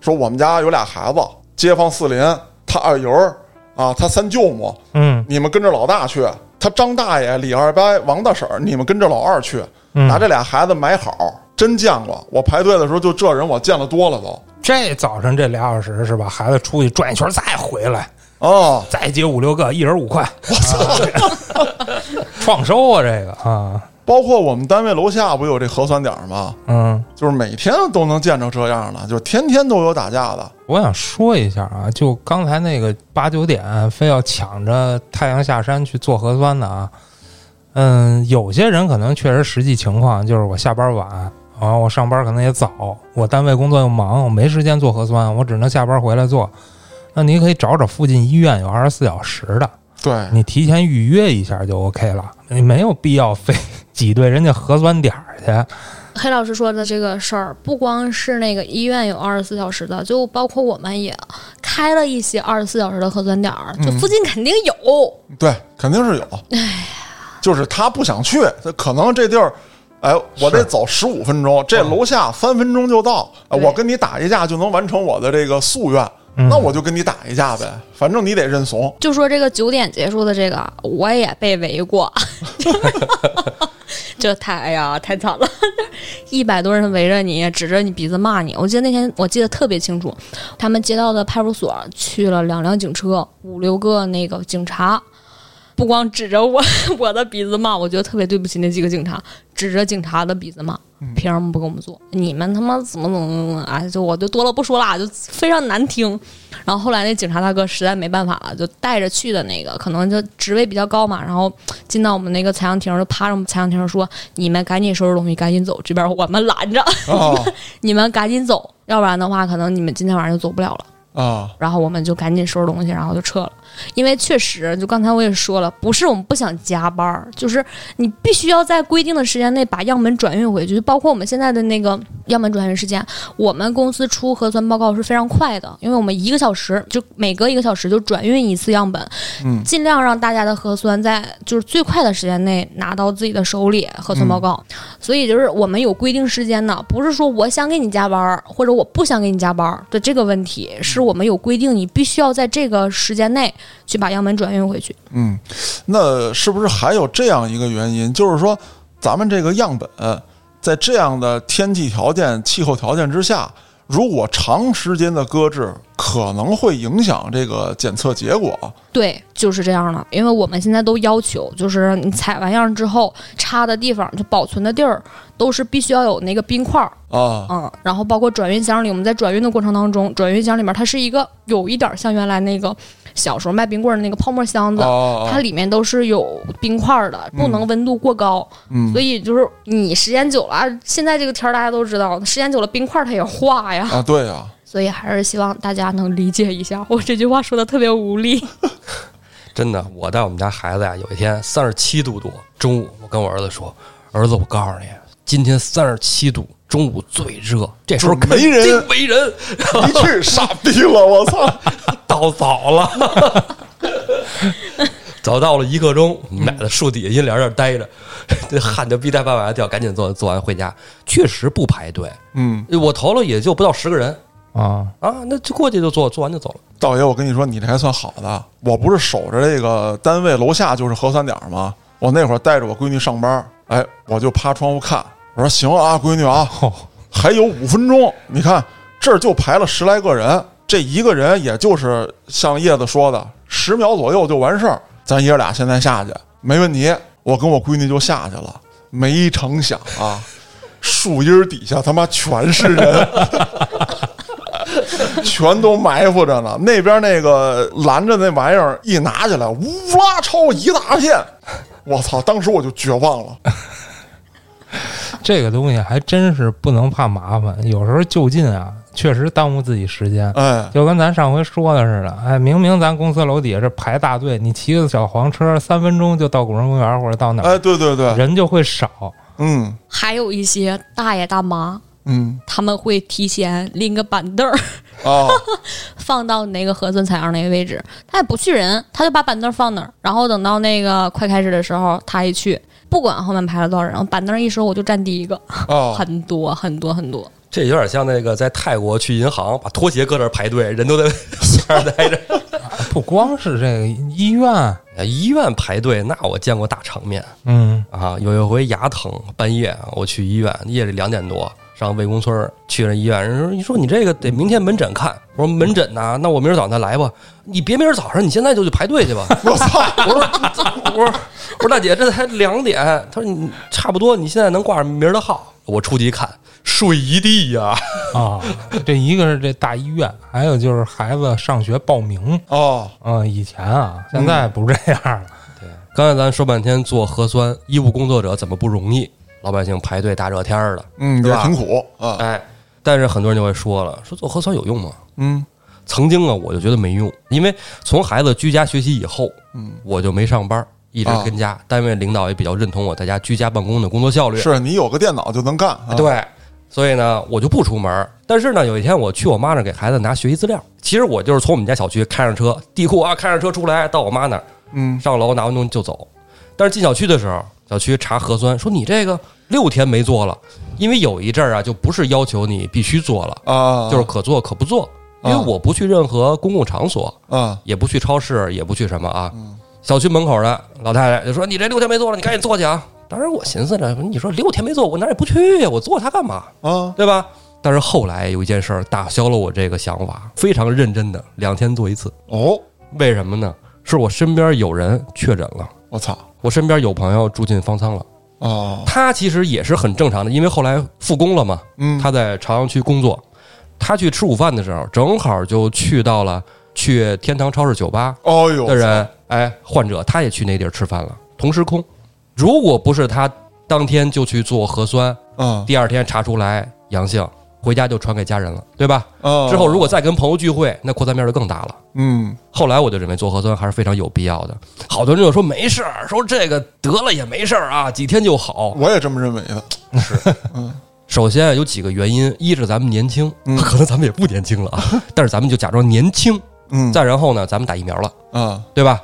B: 说我们家有俩孩子，街坊四邻，他二姨儿啊，他三舅母，
D: 嗯
B: 你们跟着老大去，他张大爷、李二伯、王大婶儿，你们跟着老二去，拿这俩孩子买好。真见过，我排队的时候就这人，我见了多了都
D: 这早上这俩小时是吧？孩子出去转一圈再回来，
B: 啊。
D: 再接五六个，一人五块，我操，创收啊这个啊，
B: 包括我们单位楼下不有这核酸点儿吗？
D: 嗯。
B: 就是每天都能见着这样的，就是天天都有打架的。
D: 我想说一下啊，就刚才那个八九点非要抢着太阳下山去做核酸的啊，嗯，有些人可能确实实际情况就是我下班晚，啊，我上班可能也早，我单位工作又忙，我没时间做核酸，我只能下班回来做。那你可以找找附近医院有二十四小时的，
B: 对，
D: 你提前预约一下就 OK 了，你没有必要非 挤兑人家核酸点儿去。
C: 黑老师说的这个事儿，不光是那个医院有二十四小时的，就包括我们也开了一些二十四小时的核酸点儿，就附近肯定有。
B: 对，肯定是有。就是他不想去，他可能这地儿，哎，我得走十五分钟，这楼下三分钟就到，哎
C: 对
B: 我跟你打一架就能完成我的这个夙愿，
D: 嗯
B: 那我就跟你打一架呗，反正你得认怂。
C: 就说这个九点结束的这个，我也被围过， 这太哎呀太惨了， 一百多人围着你，指着你鼻子骂你。我记得那天我记得特别清楚，他们街道的派出所去了两辆警车，五六个那个警察。不光指着我 我的鼻子骂，我觉得特别对不起那几个警察，指着警察的鼻子骂，凭什么不给我们做？你们他妈怎么怎么怎么啊？就我就多了不说了，就非常难听。然后后来那警察大哥实在没办法了，就带着去的那个，可能就职位比较高嘛，然后进到我们那个采样亭，就趴着我们采样亭说：“你们赶紧收拾东西，赶紧走，这边我们拦着，
B: 啊
C: 你们赶紧走，要不然的话，可能你们今天晚上就走不了了。”
B: 啊，
C: 然后我们就赶紧收拾东西，然后就撤了。因为确实，就刚才我也说了，不是我们不想加班儿，就是你必须要在规定的时间内把样本转运回去。就包括我们现在的那个样本转运时间，我们公司出核酸报告是非常快的，因为我们一个小时就每隔一个小时就转运一次样本，
B: 嗯
C: 尽量让大家的核酸在就是最快的时间内拿到自己的手里核酸报告。所以就是我们有规定时间的，不是说我想给你加班儿或者我不想给你加班儿的这个问题，是我们有规定，你必须要在这个时间内去把样本转运回去。
B: 嗯，那是不是还有这样一个原因，就是说呃咱们这个样本在这样的天气条件、气候条件之下，如果长时间的搁置，可能会影响这个检测结果。
C: 对，就是这样的。因为我们现在都要求，就是你采完样之后，插的地方就保存的地儿都是必须要有那个冰块儿，
B: 啊，
C: 嗯，然后包括转运箱里，我们在转运的过程当中，转运箱里面它是一个有一点像原来那个小时候卖冰棍儿的那个泡沫箱子，
B: 哦
C: 它，里面都是有冰块儿的，不能温度过高。
B: 嗯
C: 所以就是你时间久了啊，现在这个天儿大家都知道，时间久了冰块儿它也化呀，
B: 啊，对 呀，
C: 所以还是希望大家能理解一下。我这句话说的特别无力，
A: 真的，我带我们家孩子呀，有一天三十七度多，中午我跟我儿子说：“儿子，我告诉你，今天三十七度，中午最热，这时候
B: 就
A: 肯
B: 没
A: 定
B: 人
A: 没人，
B: 一去傻逼了，啊我操！
A: 到早了。” 早到了一刻钟，奶在树底下阴凉这儿待着，这汗就逼带往外掉，赶紧做做完回家。确实不排队，
B: 嗯，
A: 我投了也就不到十个人
D: 啊，
A: 啊，那就过去就做，做完就走了。
B: 道爷，我跟你说，你这还算好的。我不是守着这个单位楼下就是核酸点儿吗？我那会儿带着我闺女上班，哎，我就趴窗户看，我说行啊，闺女啊， 还有五分钟，你看这儿就排了十来个人，这一个人也就是像叶子说的，十秒左右就完事儿。咱爷俩现在下去没问题，我跟我闺女就下去了。没成想啊，树荫儿底下他妈全是人。全都埋伏着呢。 那边那个拦着那玩意儿一拿起来，乌拉超一大片，我操！当时我就绝望 了。
D: 这个东西还真是不能怕麻烦，有时候就近啊，确实耽误自己时间。
B: 哎，
D: 就跟咱上回说的似的，哎，明明咱公司楼底下是排大队，你骑个小黄车三分钟就到古城公园或者到哪儿，
B: 哎，对对对，
D: 人就会少。
B: 嗯
C: 还有一些大爷大妈。
B: 嗯
C: 他们会提前拎个板凳儿
B: 啊，
C: 放到你那个核酸采样那个位置，他也不去人，他就把板凳放那儿，然后等到那个快开始的时候，他一去，不管后面排了多少人，板凳一收，我就站第一个，
B: 哦
C: 很多很多很多。
A: 这有点像那个在泰国去银行，把拖鞋搁这儿排队，人都在 那儿待着。
D: 不光是这个医院，
A: 哎医院排队，那我见过大场面
D: 嗯，
A: 啊！有一回牙疼，半夜啊我去医院，夜里两点多上魏公村儿去了医院，人说：“你说你这个得明天门诊看。”我说：“门诊呐、那我明儿早上再来吧。”你别明儿早上，你现在就去排队去吧。
B: 我操！
A: 我说：“我说我说大姐，这才两点。”她说：“你差不多，你现在能挂上明儿的号。”我出去一看，睡一地呀、
D: 啊，这一个是这大医院，还有就是孩子上学报名，
B: 哦，
D: 嗯，以前啊，现在不这样了。
A: 刚才咱说半天做核酸，医务工作者怎么不容易？老百姓排队大热天儿的，
B: 嗯，
A: 是
B: 也
A: 吧
B: 挺苦啊，
A: 哎，但是很多人就会说了，说做核酸有用吗？
B: 嗯
A: 曾经啊，我就觉得没用，因为从孩子居家学习以后，
B: 嗯，啊
A: 我就没上班，一直跟家，单位领导也比较认同我在家居家办公的工作效率，
B: 是你有个电脑就能干，啊，
A: 对，所以呢，我就不出门儿。但是呢，有一天我去我妈那儿给孩子拿学习资料，其实我就是从我们家小区开上车，地库啊，开上车出来到我妈那儿，
B: 嗯
A: 上楼拿完东西就走。但是进小区的时候，小区查核酸说你这个六天没做了，因为有一阵儿啊，就不是要求你必须做了，
B: 啊，
A: 就是可做可不做。因
B: 啊
A: 为我不去任何公共场所，
B: 啊，
A: 也不去超市，也不去什么啊。
B: 嗯
A: 小区门口的老太太就说：“你这六天没做了，你赶紧做去啊！”当时我寻思着，你说六天没做，我哪儿也不去呀，我做它干嘛？
B: 啊
A: 对吧？但是后来有一件事儿打消了我这个想法，非常认真的两天做一次。
B: 哦，
A: 为什么呢？是我身边有人确诊了。
B: 我操
A: 我身边有朋友住进方舱了，
B: 哦，
A: 他其实也是很正常的，因为后来复工了嘛，
B: 嗯，
A: 他在朝阳区工作，他去吃午饭的时候，正好就去到了去天堂超市酒吧
B: 哦呦
A: 的，人，哎，患者他也去那地儿吃饭了，同时空。如果不是他当天就去做核酸，
B: 嗯
A: 第二天查出来阳性，回家就传给家人了，对吧？
B: 啊，
A: 之后如果再跟朋友聚会，那扩散面就更大了。
B: 嗯
A: 后来我就认为做核酸还是非常有必要的。好多人就说没事儿，说这个得了也没事儿啊，几天就好。
B: 我也这么认为的，
A: 首先有几个原因，一是咱们年轻，
B: 嗯
A: 可能咱们也不年轻了啊， 但是咱们就假装年轻。
B: 嗯
A: 再然后呢，咱们打疫苗了，
B: 啊
A: 对吧？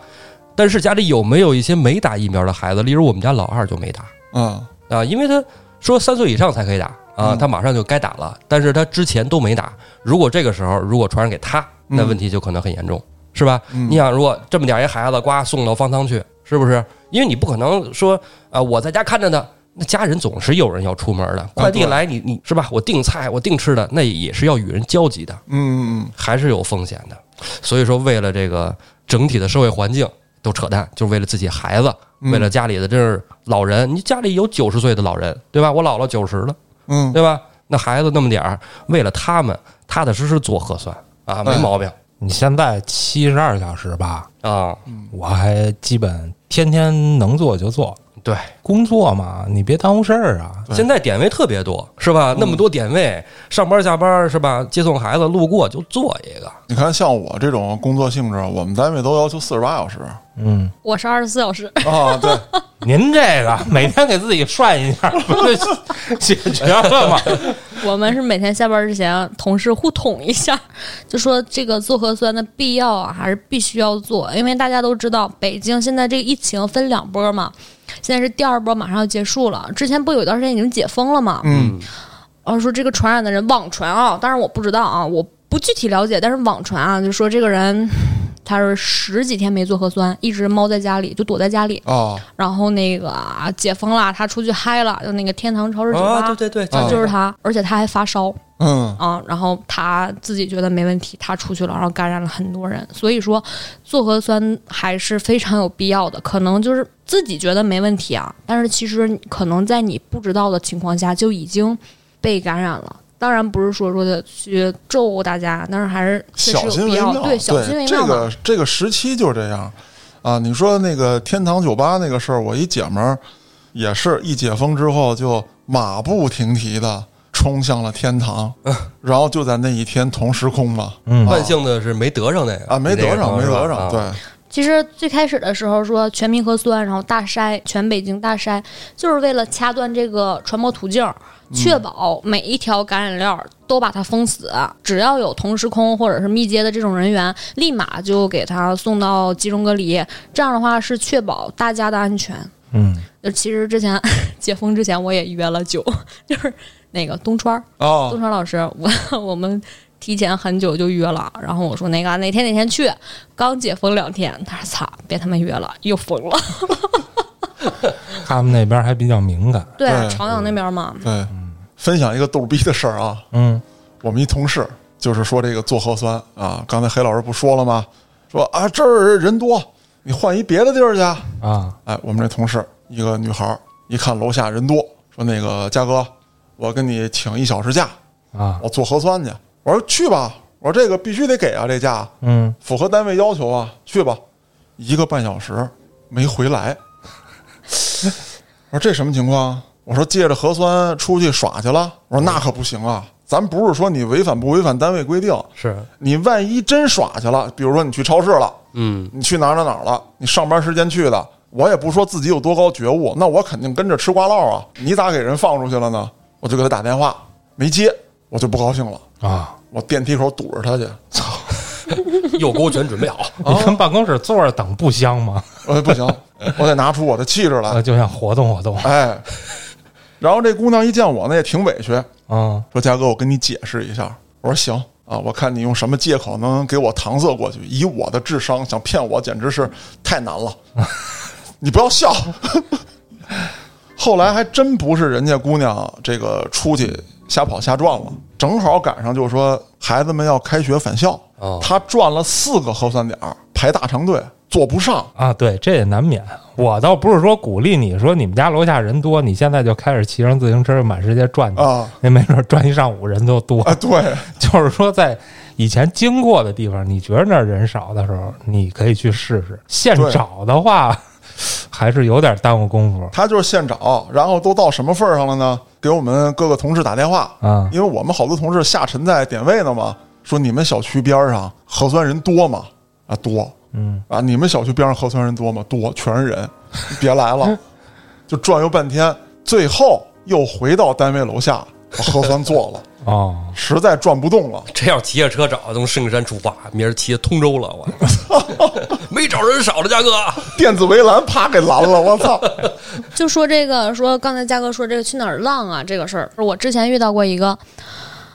A: 但是家里有没有一些没打疫苗的孩子？例如我们家老二就没打
B: 啊
A: 啊，因为他说三岁以上才可以打啊，
B: 嗯
A: 他马上就该打了，但是他之前都没打。如果这个时候如果传染给他，那
B: 嗯
A: 问题就可能很严重，是吧？
B: 嗯
A: 你想，如果这么点儿一孩子，呱送到方舱去，是不是？因为你不可能说，啊，我在家看着他，那家人总是有人要出门的，快递
B: 啊对
A: 来你你是吧？我订菜，我订吃的，那也是要与人交集的，
B: 嗯嗯
A: 还是有风险的。所以说，为了这个整体的社会环境都扯淡，就是为了自己孩子，
B: 嗯
A: 为了家里的这是老人，你家里有九十岁的老人，对吧？我姥姥九十了，
B: 嗯嗯，
A: 对吧？那孩子那么点儿，为了他们踏踏实实做核酸啊，没
B: 哎
A: 毛病
D: 你现在七十二小时吧，
A: 啊。
D: 我还基本天天能做就做，
A: 对，
D: 工作嘛，你别耽误事儿啊。
B: 对
A: 现在点位特别多，是吧？
B: 嗯
A: 那么多点位，上班下班是吧？接送孩子路过就做一个，
B: 你看像我这种工作性质，我们单位都要求四十八小时
D: 嗯，
C: 我是二十四小时，
B: 啊，对，
D: 您这个 每天给自己涮一下， 不就解决了吗？
C: 我们是每天下班之前，同事互捅一下，就说这个做核酸的必要啊，还是必须要做，因为大家都知道，北京现在这个疫情分两波嘛，现在是第二波马上要结束了，之前不有一段时间已经解封了嘛，
B: 嗯
C: 然后说这个传染的人网传啊，当然我不知道啊，我不具体了解，但是网传啊，就说这个人他是十几天没做核酸，一直猫在家里，就躲在家里，
B: 啊，
C: 然后那个啊解封了，他出去嗨了，就那个天堂超市酒
D: 哦
C: 吧。
A: 啊，对对对，
B: 啊
C: 就是他，而且他还发烧
B: 嗯
C: 啊，然后他自己觉得没问题，他出去了，然后感染了很多人。所以说，做核酸还是非常有必要的。可能就是自己觉得没问题啊，但是其实可能在你不知道的情况下就已经被感染了。当然不是说说的去咒大家，但是还是确实
B: 小
C: 有
B: 心
C: 必
B: 为
C: 要
B: 妙，，
C: 对，小心为
B: 这
C: 妙嘛。
B: 个这个时期就这样啊。你说那个天堂酒吧那个事儿，我一姐们儿也是一解封之后就马不停蹄的冲向了天堂，
C: 嗯
B: 然后就在那一天同时空了
D: 嗯
A: 万幸的是没得上那个
B: 啊，没得上，没
A: 你
B: 得上，。
A: 这个是吧啊
B: 对，
C: 其实最开始的时候说全民核酸，然后大筛，全北京大筛，就是为了掐断这个传播途径，确保每一条感染链儿都把它封死。只要有同时空或者是密接的这种人员，立马就给他送到集中隔离。这样的话是确保大家的安全。
D: 嗯，
C: 就其实之前解封之前，我也约了酒，就是那个东川儿，
B: 哦
C: 东，川老师，我我们提前很久就约了，然后我说那个哪天哪天去，刚解封两天，他说操，别他妈约了，又封了。
D: 他们那边还比较敏感。
C: 对
B: 对
C: 朝阳那边嘛，
B: 对，分享一个逗逼的事儿啊，
D: 嗯，
B: 我们一同事就是说这个做核酸啊，刚才黑老师不说了吗？说啊这儿人多，你换一别的地儿去啊。
D: 啊，
B: 哎，我们这同事一个女孩儿，一看楼下人多，说那个嘉哥，我跟你请一小时假，
D: 啊，
B: 我做核酸去。我说去吧，我说这个必须得给啊，这假
D: 嗯，
B: 符合单位要求啊，去吧。一个半小时没回来，我说这什么情况啊？我说借着核酸出去耍去了。我说那可不行啊，咱不是说你违反不违反单位规定，
A: 是，
B: 你万一真耍去了，比如说你去超市了。
A: 嗯，
B: 你去哪儿哪儿哪儿了？你上班时间去的，我也不说自己有多高觉悟，那我肯定跟着吃瓜唠啊。你咋给人放出去了呢？我就给他打电话，没接，我就不高兴了。
D: 啊，
B: 我电梯口堵着他去，
A: 右勾拳准备好，
D: 你跟办公室坐着等不香吗？
B: 我呃说不行，我得拿出我的气质
D: 呃，
B: 来。
D: 就想活动活动。
B: 哎，然后这姑娘一见我呢，也挺委屈，
D: 嗯，
B: 说：“佳哥，我跟你解释一下。”我说：“行啊，我看你用什么借口能给我搪塞过去？以我的智商，想骗我简直是太难了。你不要笑。 后来还真不是人家姑娘这个出去瞎跑瞎转了，正好赶上就是说孩子们要开学返校
A: 哦，
B: 她转了四个核酸点儿排大长队，坐不上。
D: 啊，对，这也难免。我倒不是说鼓励你说你们家楼下人多，你现在就开始骑上自行车满世界转去，
B: 啊
D: 那没准儿转一上午人都多。
B: 啊，对，
D: 就是说，在以前经过的地方，你觉得那儿人少的时候，你可以去试试。现
B: 对
D: 找的话， 还是有点耽误功夫
B: 她就是现找，然后都到什么份儿上了呢？给我们各个同事打电话，
D: 啊。
B: 因为我们好多同事下沉在点位呢嘛，说你们小区边儿上核酸人多吗？啊，多
D: 嗯，
B: 啊，你们小区边上核酸人多吗？多，全是人，你别来 了，就转悠半天，最后又回到单位楼下把核酸做了，
D: 哦，
B: 实在转不动了，
A: 这要骑着车找，从圣山出发，明儿骑到通州了，我没找人少的，嘉哥，
B: 电子围栏啪给拦了，我操！
C: 就说这个，说刚才嘉哥说这个去哪儿浪啊这个事儿，我之前遇到过一个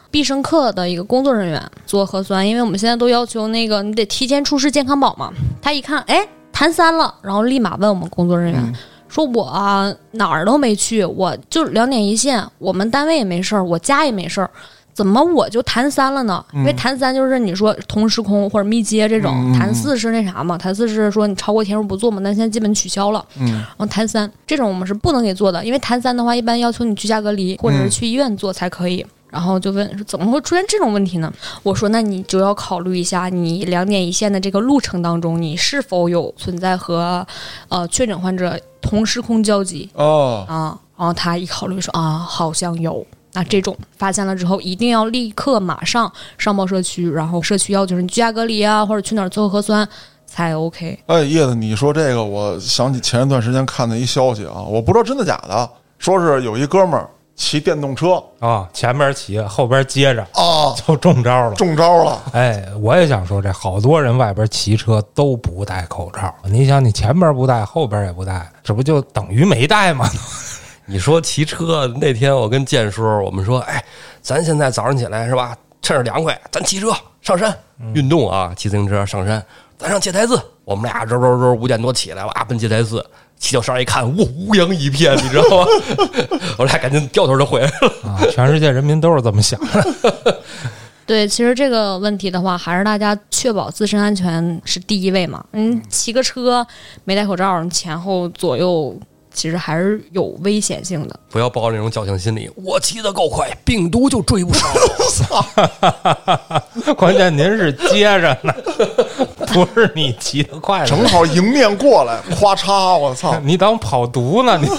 C: 必胜客的一个工作人员做核酸，因为我们现在都要求那个
B: 嗯
C: 你得提前出示健康宝嘛，他一看，哎，弹三了，然后立马问我们工作人员。说我啊哪儿都没去，我就两点一线，我们单位也没事儿，我家也没事儿，怎么我就谈三了呢？因为谈三就是你说同时空或者密接这种，
B: 嗯嗯嗯
C: 谈四是那啥嘛，谈四是说你超过天数不做嘛，但现在基本取消了。
B: 嗯
C: 然后谈三这种我们是不能给做的，因为谈三的话一般要求你居家隔离或者是去医院做才可以。然后就问说怎么会出现这种问题呢？我说那你就要考虑一下，你两点一线的这个路程当中，你是否有存在和呃确诊患者同时空交集
B: 哦，
C: 啊？然后他一考虑说啊，好像有。那这种发现了之后，一定要立刻马上上报社区，然后社区要求是你居家隔离啊，或者去哪儿做核酸才 OK。
B: 哎，叶子，你说这个，我想起前一段时间看的一消息啊，我不知道真的假的，说是有一哥们儿骑电动车
D: 啊，前边骑，后边接着，
B: 啊，
D: 就中招了。
B: 中招了。
D: 哎，我也想说这，好多人外边骑车都不戴口罩。你想，你前边不戴，后边也不戴，这不就等于没戴吗？
A: 你说骑车那天，我跟建叔，我们说，哎，咱现在早上起来是吧，趁着凉快，咱骑车上山、运动啊，骑自行车上山，咱上戒台寺。我们俩周周周五点多起来，哇，奔戒台寺，骑到山上一看，哇，乌泱一片，你知道吗？我俩赶紧掉头就回来了。
D: 啊，全世界人民都是这么想的。
C: 对，其实这个问题的话，还是大家确保自身安全是第一位嘛。嗯，骑个车没戴口罩，你前后左右其实还是有危险性的。
A: 不要抱着那种侥幸心理，我骑得够快，病毒就追不上我。
D: 关键您是接着呢， 不是你骑得 快
B: 正
D: 的，
B: 好迎面过来，咵嚓！我操！
D: 你当跑毒呢？你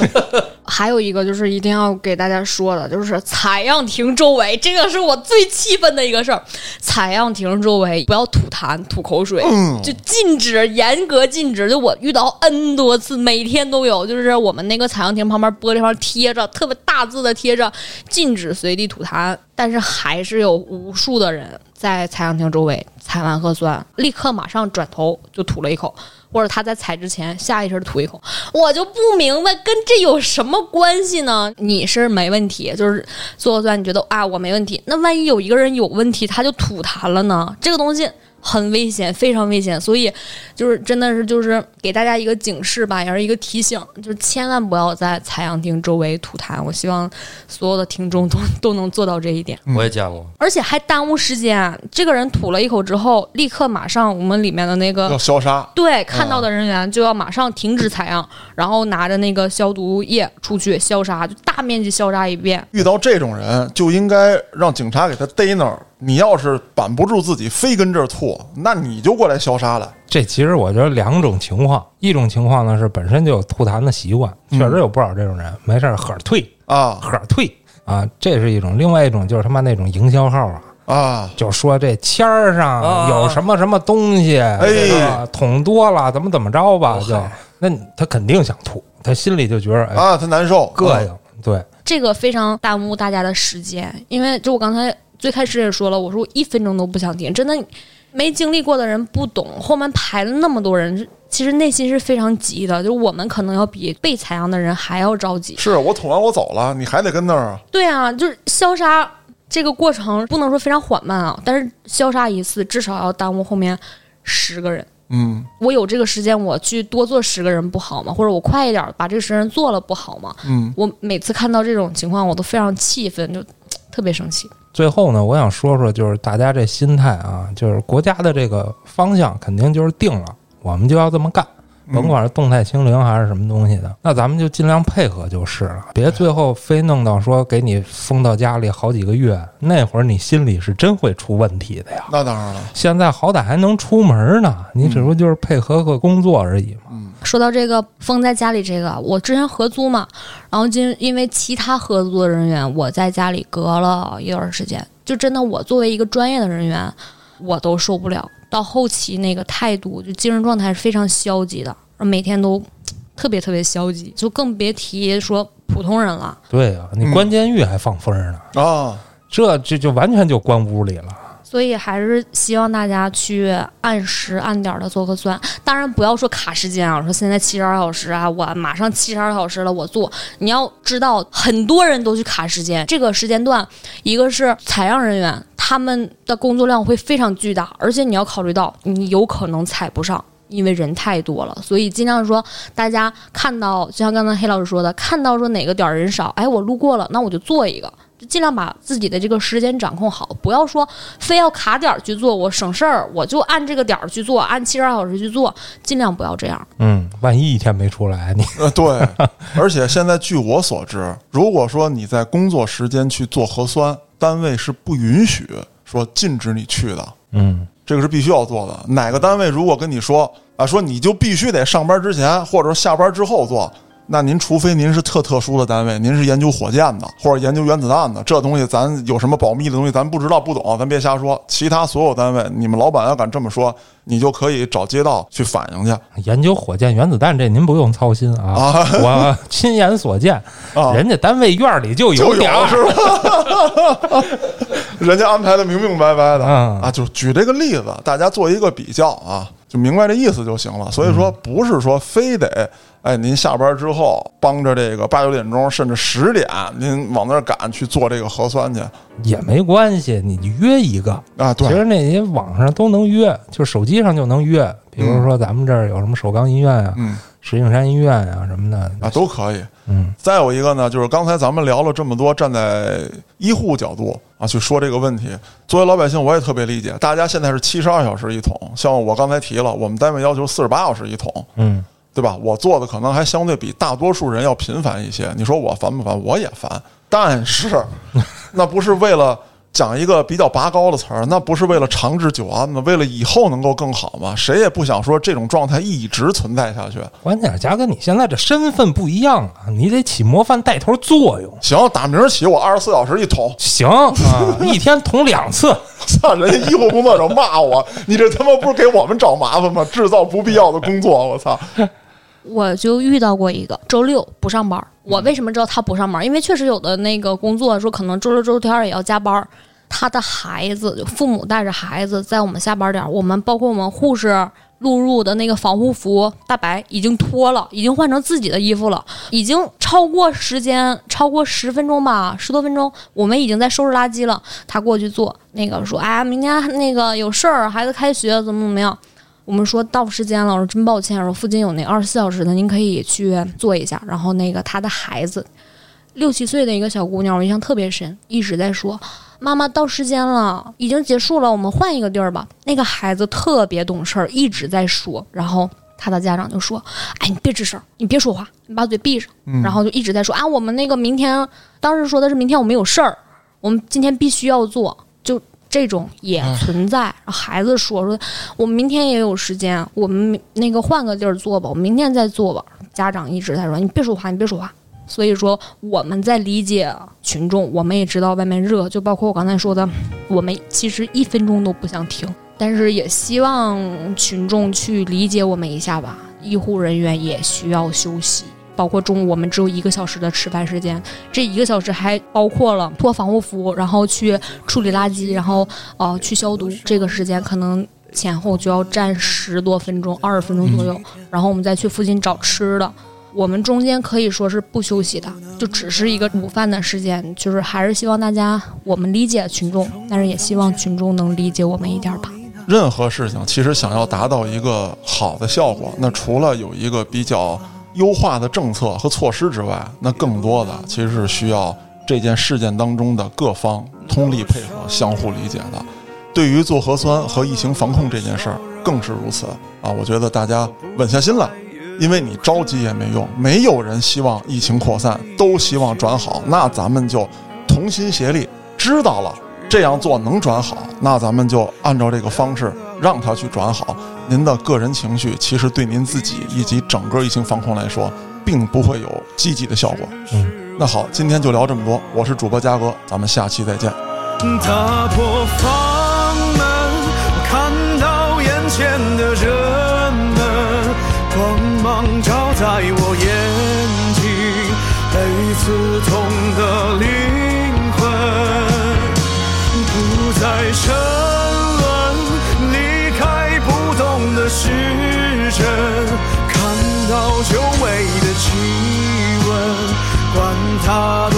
C: 还有一个就是一定要给大家说的，就是采样亭周围，这个是我最气愤的一个事儿。采样亭周围不要吐痰、吐口水，就禁止，严格禁止。就我遇到 N 多次，每天都有，就是我们那个采样亭旁边玻璃上贴着特别大字的贴着“禁止随地吐痰”，但是还是有无数的人在采样亭周围采完核酸，立刻马上转头就吐了一口。或者他在踩之前下意识地吐一口，我就不明白跟这有什么关系呢？你是没问题，就是做核酸，你觉得啊我没问题，那万一有一个人有问题，他就吐痰了呢？这个东西很危险，非常危险，所以就是真的是就是给大家一个警示吧，也是一个提醒，就是千万不要在采样亭周围吐痰。我希望所有的听众都都能做到这 一点。
A: 我也见过，
C: 而且还耽误时间，这个人吐了一口之后，立刻马上我们里面的那个
B: 要消杀，
C: 对，看到的人员就要马上停止采样，然后拿着那个消毒液出去消杀，就大面积消杀一遍。
B: 遇到这种人就应该让警察给他逮那儿。你要是板不住自己，非跟这儿吐，那你就过来消杀来。
D: 这其实我觉得两种情况，一种情况呢是本身就有吐痰的习惯，确实有不少这种人，没事儿呵儿退
B: 啊
D: 呵儿退啊，这是一种；另外一种就是他妈那种营销号啊，
B: 啊！
D: 就说这签儿上
A: 啊
D: 有什么什么东西，这个捅多了怎么怎么着吧，就那你他肯定想吐，他心里就觉得哎
B: 啊，他难受，
D: 膈应，对，
C: 这个非常耽误大家的时间，因为就我刚才最开始也说了，我说我一分钟都不想停，真的没经历过的人不懂，后面排了那么多人，其实内心是非常急的，就是我们可能要比被采样的人还要着急。
B: 是我捅完我走了，你还得跟那儿啊
C: 对啊，就是消杀这个过程不能说非常缓慢啊，但是消杀一次至少要耽误后面十个人。
B: 嗯
C: 我有这个时间，我去多做十个人不好吗？或者我快一点把这个十人做了不好吗？
B: 嗯，
C: 我每次看到这种情况，我都非常气愤，就特别生气。
D: 最后呢，我想说说，就是大家这心态啊，就是国家的这个方向肯定就是定了，我们就要这么干，甭管是动态清零还是什么东西的，那咱们就尽量配合就是了，别最后非弄到说给你封到家里好几个月，那会儿你心里是真会出问题的呀。
B: 那当然了，
D: 现在好歹还能出门呢，你只不过就是配合个工作而已嘛。
C: 说到这个封在家里这个，我之前合租嘛，然后今因为其他合租的人员，我在家里隔了一段时间，就真的我作为一个专业的人员，我都受不了。到后期那个态度，就精神状态是非常消极的，每天都特别特别消极，就更别提说普通人了。
D: 对啊，你
B: 嗯
D: 关监狱还放风呢，
B: 啊，
D: 这这就完全就关屋里了。
C: 所以还是希望大家去按时按点的做核酸，当然不要说卡时间啊，说现在七十二小时啊，我马上七十二小时了，我做。你要知道，很多人都去卡时间，这个时间段，一个是采样人员，他们的工作量会非常巨大，而且你要考虑到你有可能采不上。因为人太多了，所以尽量说大家看到，就像刚才黑老师说的，看到说哪个点儿人少，哎，我路过了，那我就做一个，就尽量把自己的这个时间掌控好，不要说非要卡点儿去做，我省事儿，我就按这个点儿去做，按七十二小时去做，尽量不要这样。
D: 嗯，万一一天没出来，你
B: 呃，对，而且现在据我所知，如果说你在工作时间去做核酸，单位是不允许说禁止你去的，
D: 嗯
B: 这个是必须要做的。哪个单位如果跟你说啊，说你就必须得上班之前或者说下班之后做，那您除非您是特特殊的单位，您是研究火箭的或者研究原子弹的，这东西咱有什么保密的东西咱不知道不懂，咱别瞎说。其他所有单位，你们老板要敢这么说，你就可以找街道去反映去
D: 研究火箭、原子弹这您不用操心啊，
B: 啊
D: 我亲眼所见，
B: 啊。
D: 人家单位院里就
B: 就
D: 点
B: 有
D: 儿，
B: 是吧？ 人家安排的明明白白的、
D: 嗯
B: 啊，就举这个例子，大家做一个比较啊，就明白这意思就行了。所以
D: 嗯
B: 说，不是说非得哎，您下班之后帮着这个八九点钟甚至十点，您往那儿赶去做这个核酸去
D: 也没关系，你约一个。
B: 啊？
D: 其
B: 对，
D: 实那些网上都能约，就手机上就能约。比如说咱们这儿有什么首钢医院啊、
B: 嗯
D: 石景山医院啊什么的，
B: 啊，都可以。
D: 嗯
B: 再有一个呢，就是刚才咱们聊了这么多，站在医护角度啊去说这个问题。作为老百姓，我也特别理解，大家现在是七十二小时一桶，像我刚才提了，我们单位要求四十八小时一桶，
D: 嗯
B: 对吧？我做的可能还相对比大多数人要频繁一些。你说我烦不烦？我也烦，但 是那不是为了讲一个比较拔高的词儿，那不是为了长治久安吗？为了以后能够更好吗？谁也不想说这种状态一直存在下去。
D: 关键是佳哥，你现在这身份不一样啊，你得起模范带头作用。
B: 行，打明儿起我二十四小时一 桶，
D: 行啊，一天捅两次，
B: 操！人家医护工作者骂我，你这他妈不是给我们找麻烦吗？制造不必要的工作，我操！
C: 我就遇到过一个周六不上班儿。我为什么知道他不上班儿？因为确实有的那个工作说可能周六周天儿也要加班儿。他的孩子，就父母带着孩子，在我们下班儿点儿，我们包括我们护士录入的那个防护服，大白已经脱了，已经换成自己的衣服了，已经超过时间，超过十分钟吧，十多分钟，我们已经在收拾垃圾了。他过去做那个说，哎呀，明天那个有事儿，孩子开学怎么怎么样。我们说到时间了，我说真抱歉，我说附近有那二十四小时的，您可以去做一下。然后那个他的孩子，六七岁的一个小姑娘，我印象特别深，一直在说妈妈到时间了，已经结束了，我们换一个地儿吧。那个孩子特别懂事儿，一直在说，然后。他的家长就说：“哎，你别吱声，你别说话，你把嘴闭上。然后就一直在说：“啊，我们那个明天，当时说的是明天我们有事儿，我们今天必须要做。”就这种也存在。孩子说说我们明天也有时间，我们明那个换个地儿做吧，我们明天再做吧。家长一直在说你别说话，你别说话。所以说我们在理解群众，我们也知道外面热，就包括我刚才说的，我们其实一分钟都不想停，但是也希望群众去理解我们一下吧。医护人员也需要休息。包括中午我们只有一个小时的吃饭时间，这一个小时还包括了脱防护服，然后去处理垃圾，然后呃去消毒，这个时间可能前后就要站十多分钟、二十分钟左右，然后我们再去附近找吃的。我们中间可以说是不休息的，就只是一个午饭的时间，就是还是希望大家我们理解群众，但是也希望群众能理解我们一点吧。
B: 任何事情其实想要达到一个好的效果，那除了有一个比较优化的政策和措施之外，那更多的其实是需要这件事件当中的各方通力配合、相互理解的。对于做核酸和疫情防控这件事儿，更是如此啊！我觉得大家稳下心来，因为你着急也没用，没有人希望疫情扩散，都希望转好。那咱们就同心协力，知道了这样做能转好，那咱们就按照这个方式让它去转好。您的个人情绪其实对您自己以及整个疫情防控来说，并不会有积极的效果。
D: 嗯，
B: 那好，今天就聊这么多，我是主播嘉哥，咱们下期再见。
E: 打破房门，看到眼前的人们，光芒照在我眼睛，被刺痛的灵魂不再沉沦，离开不动的时针，看到久违的气温，管它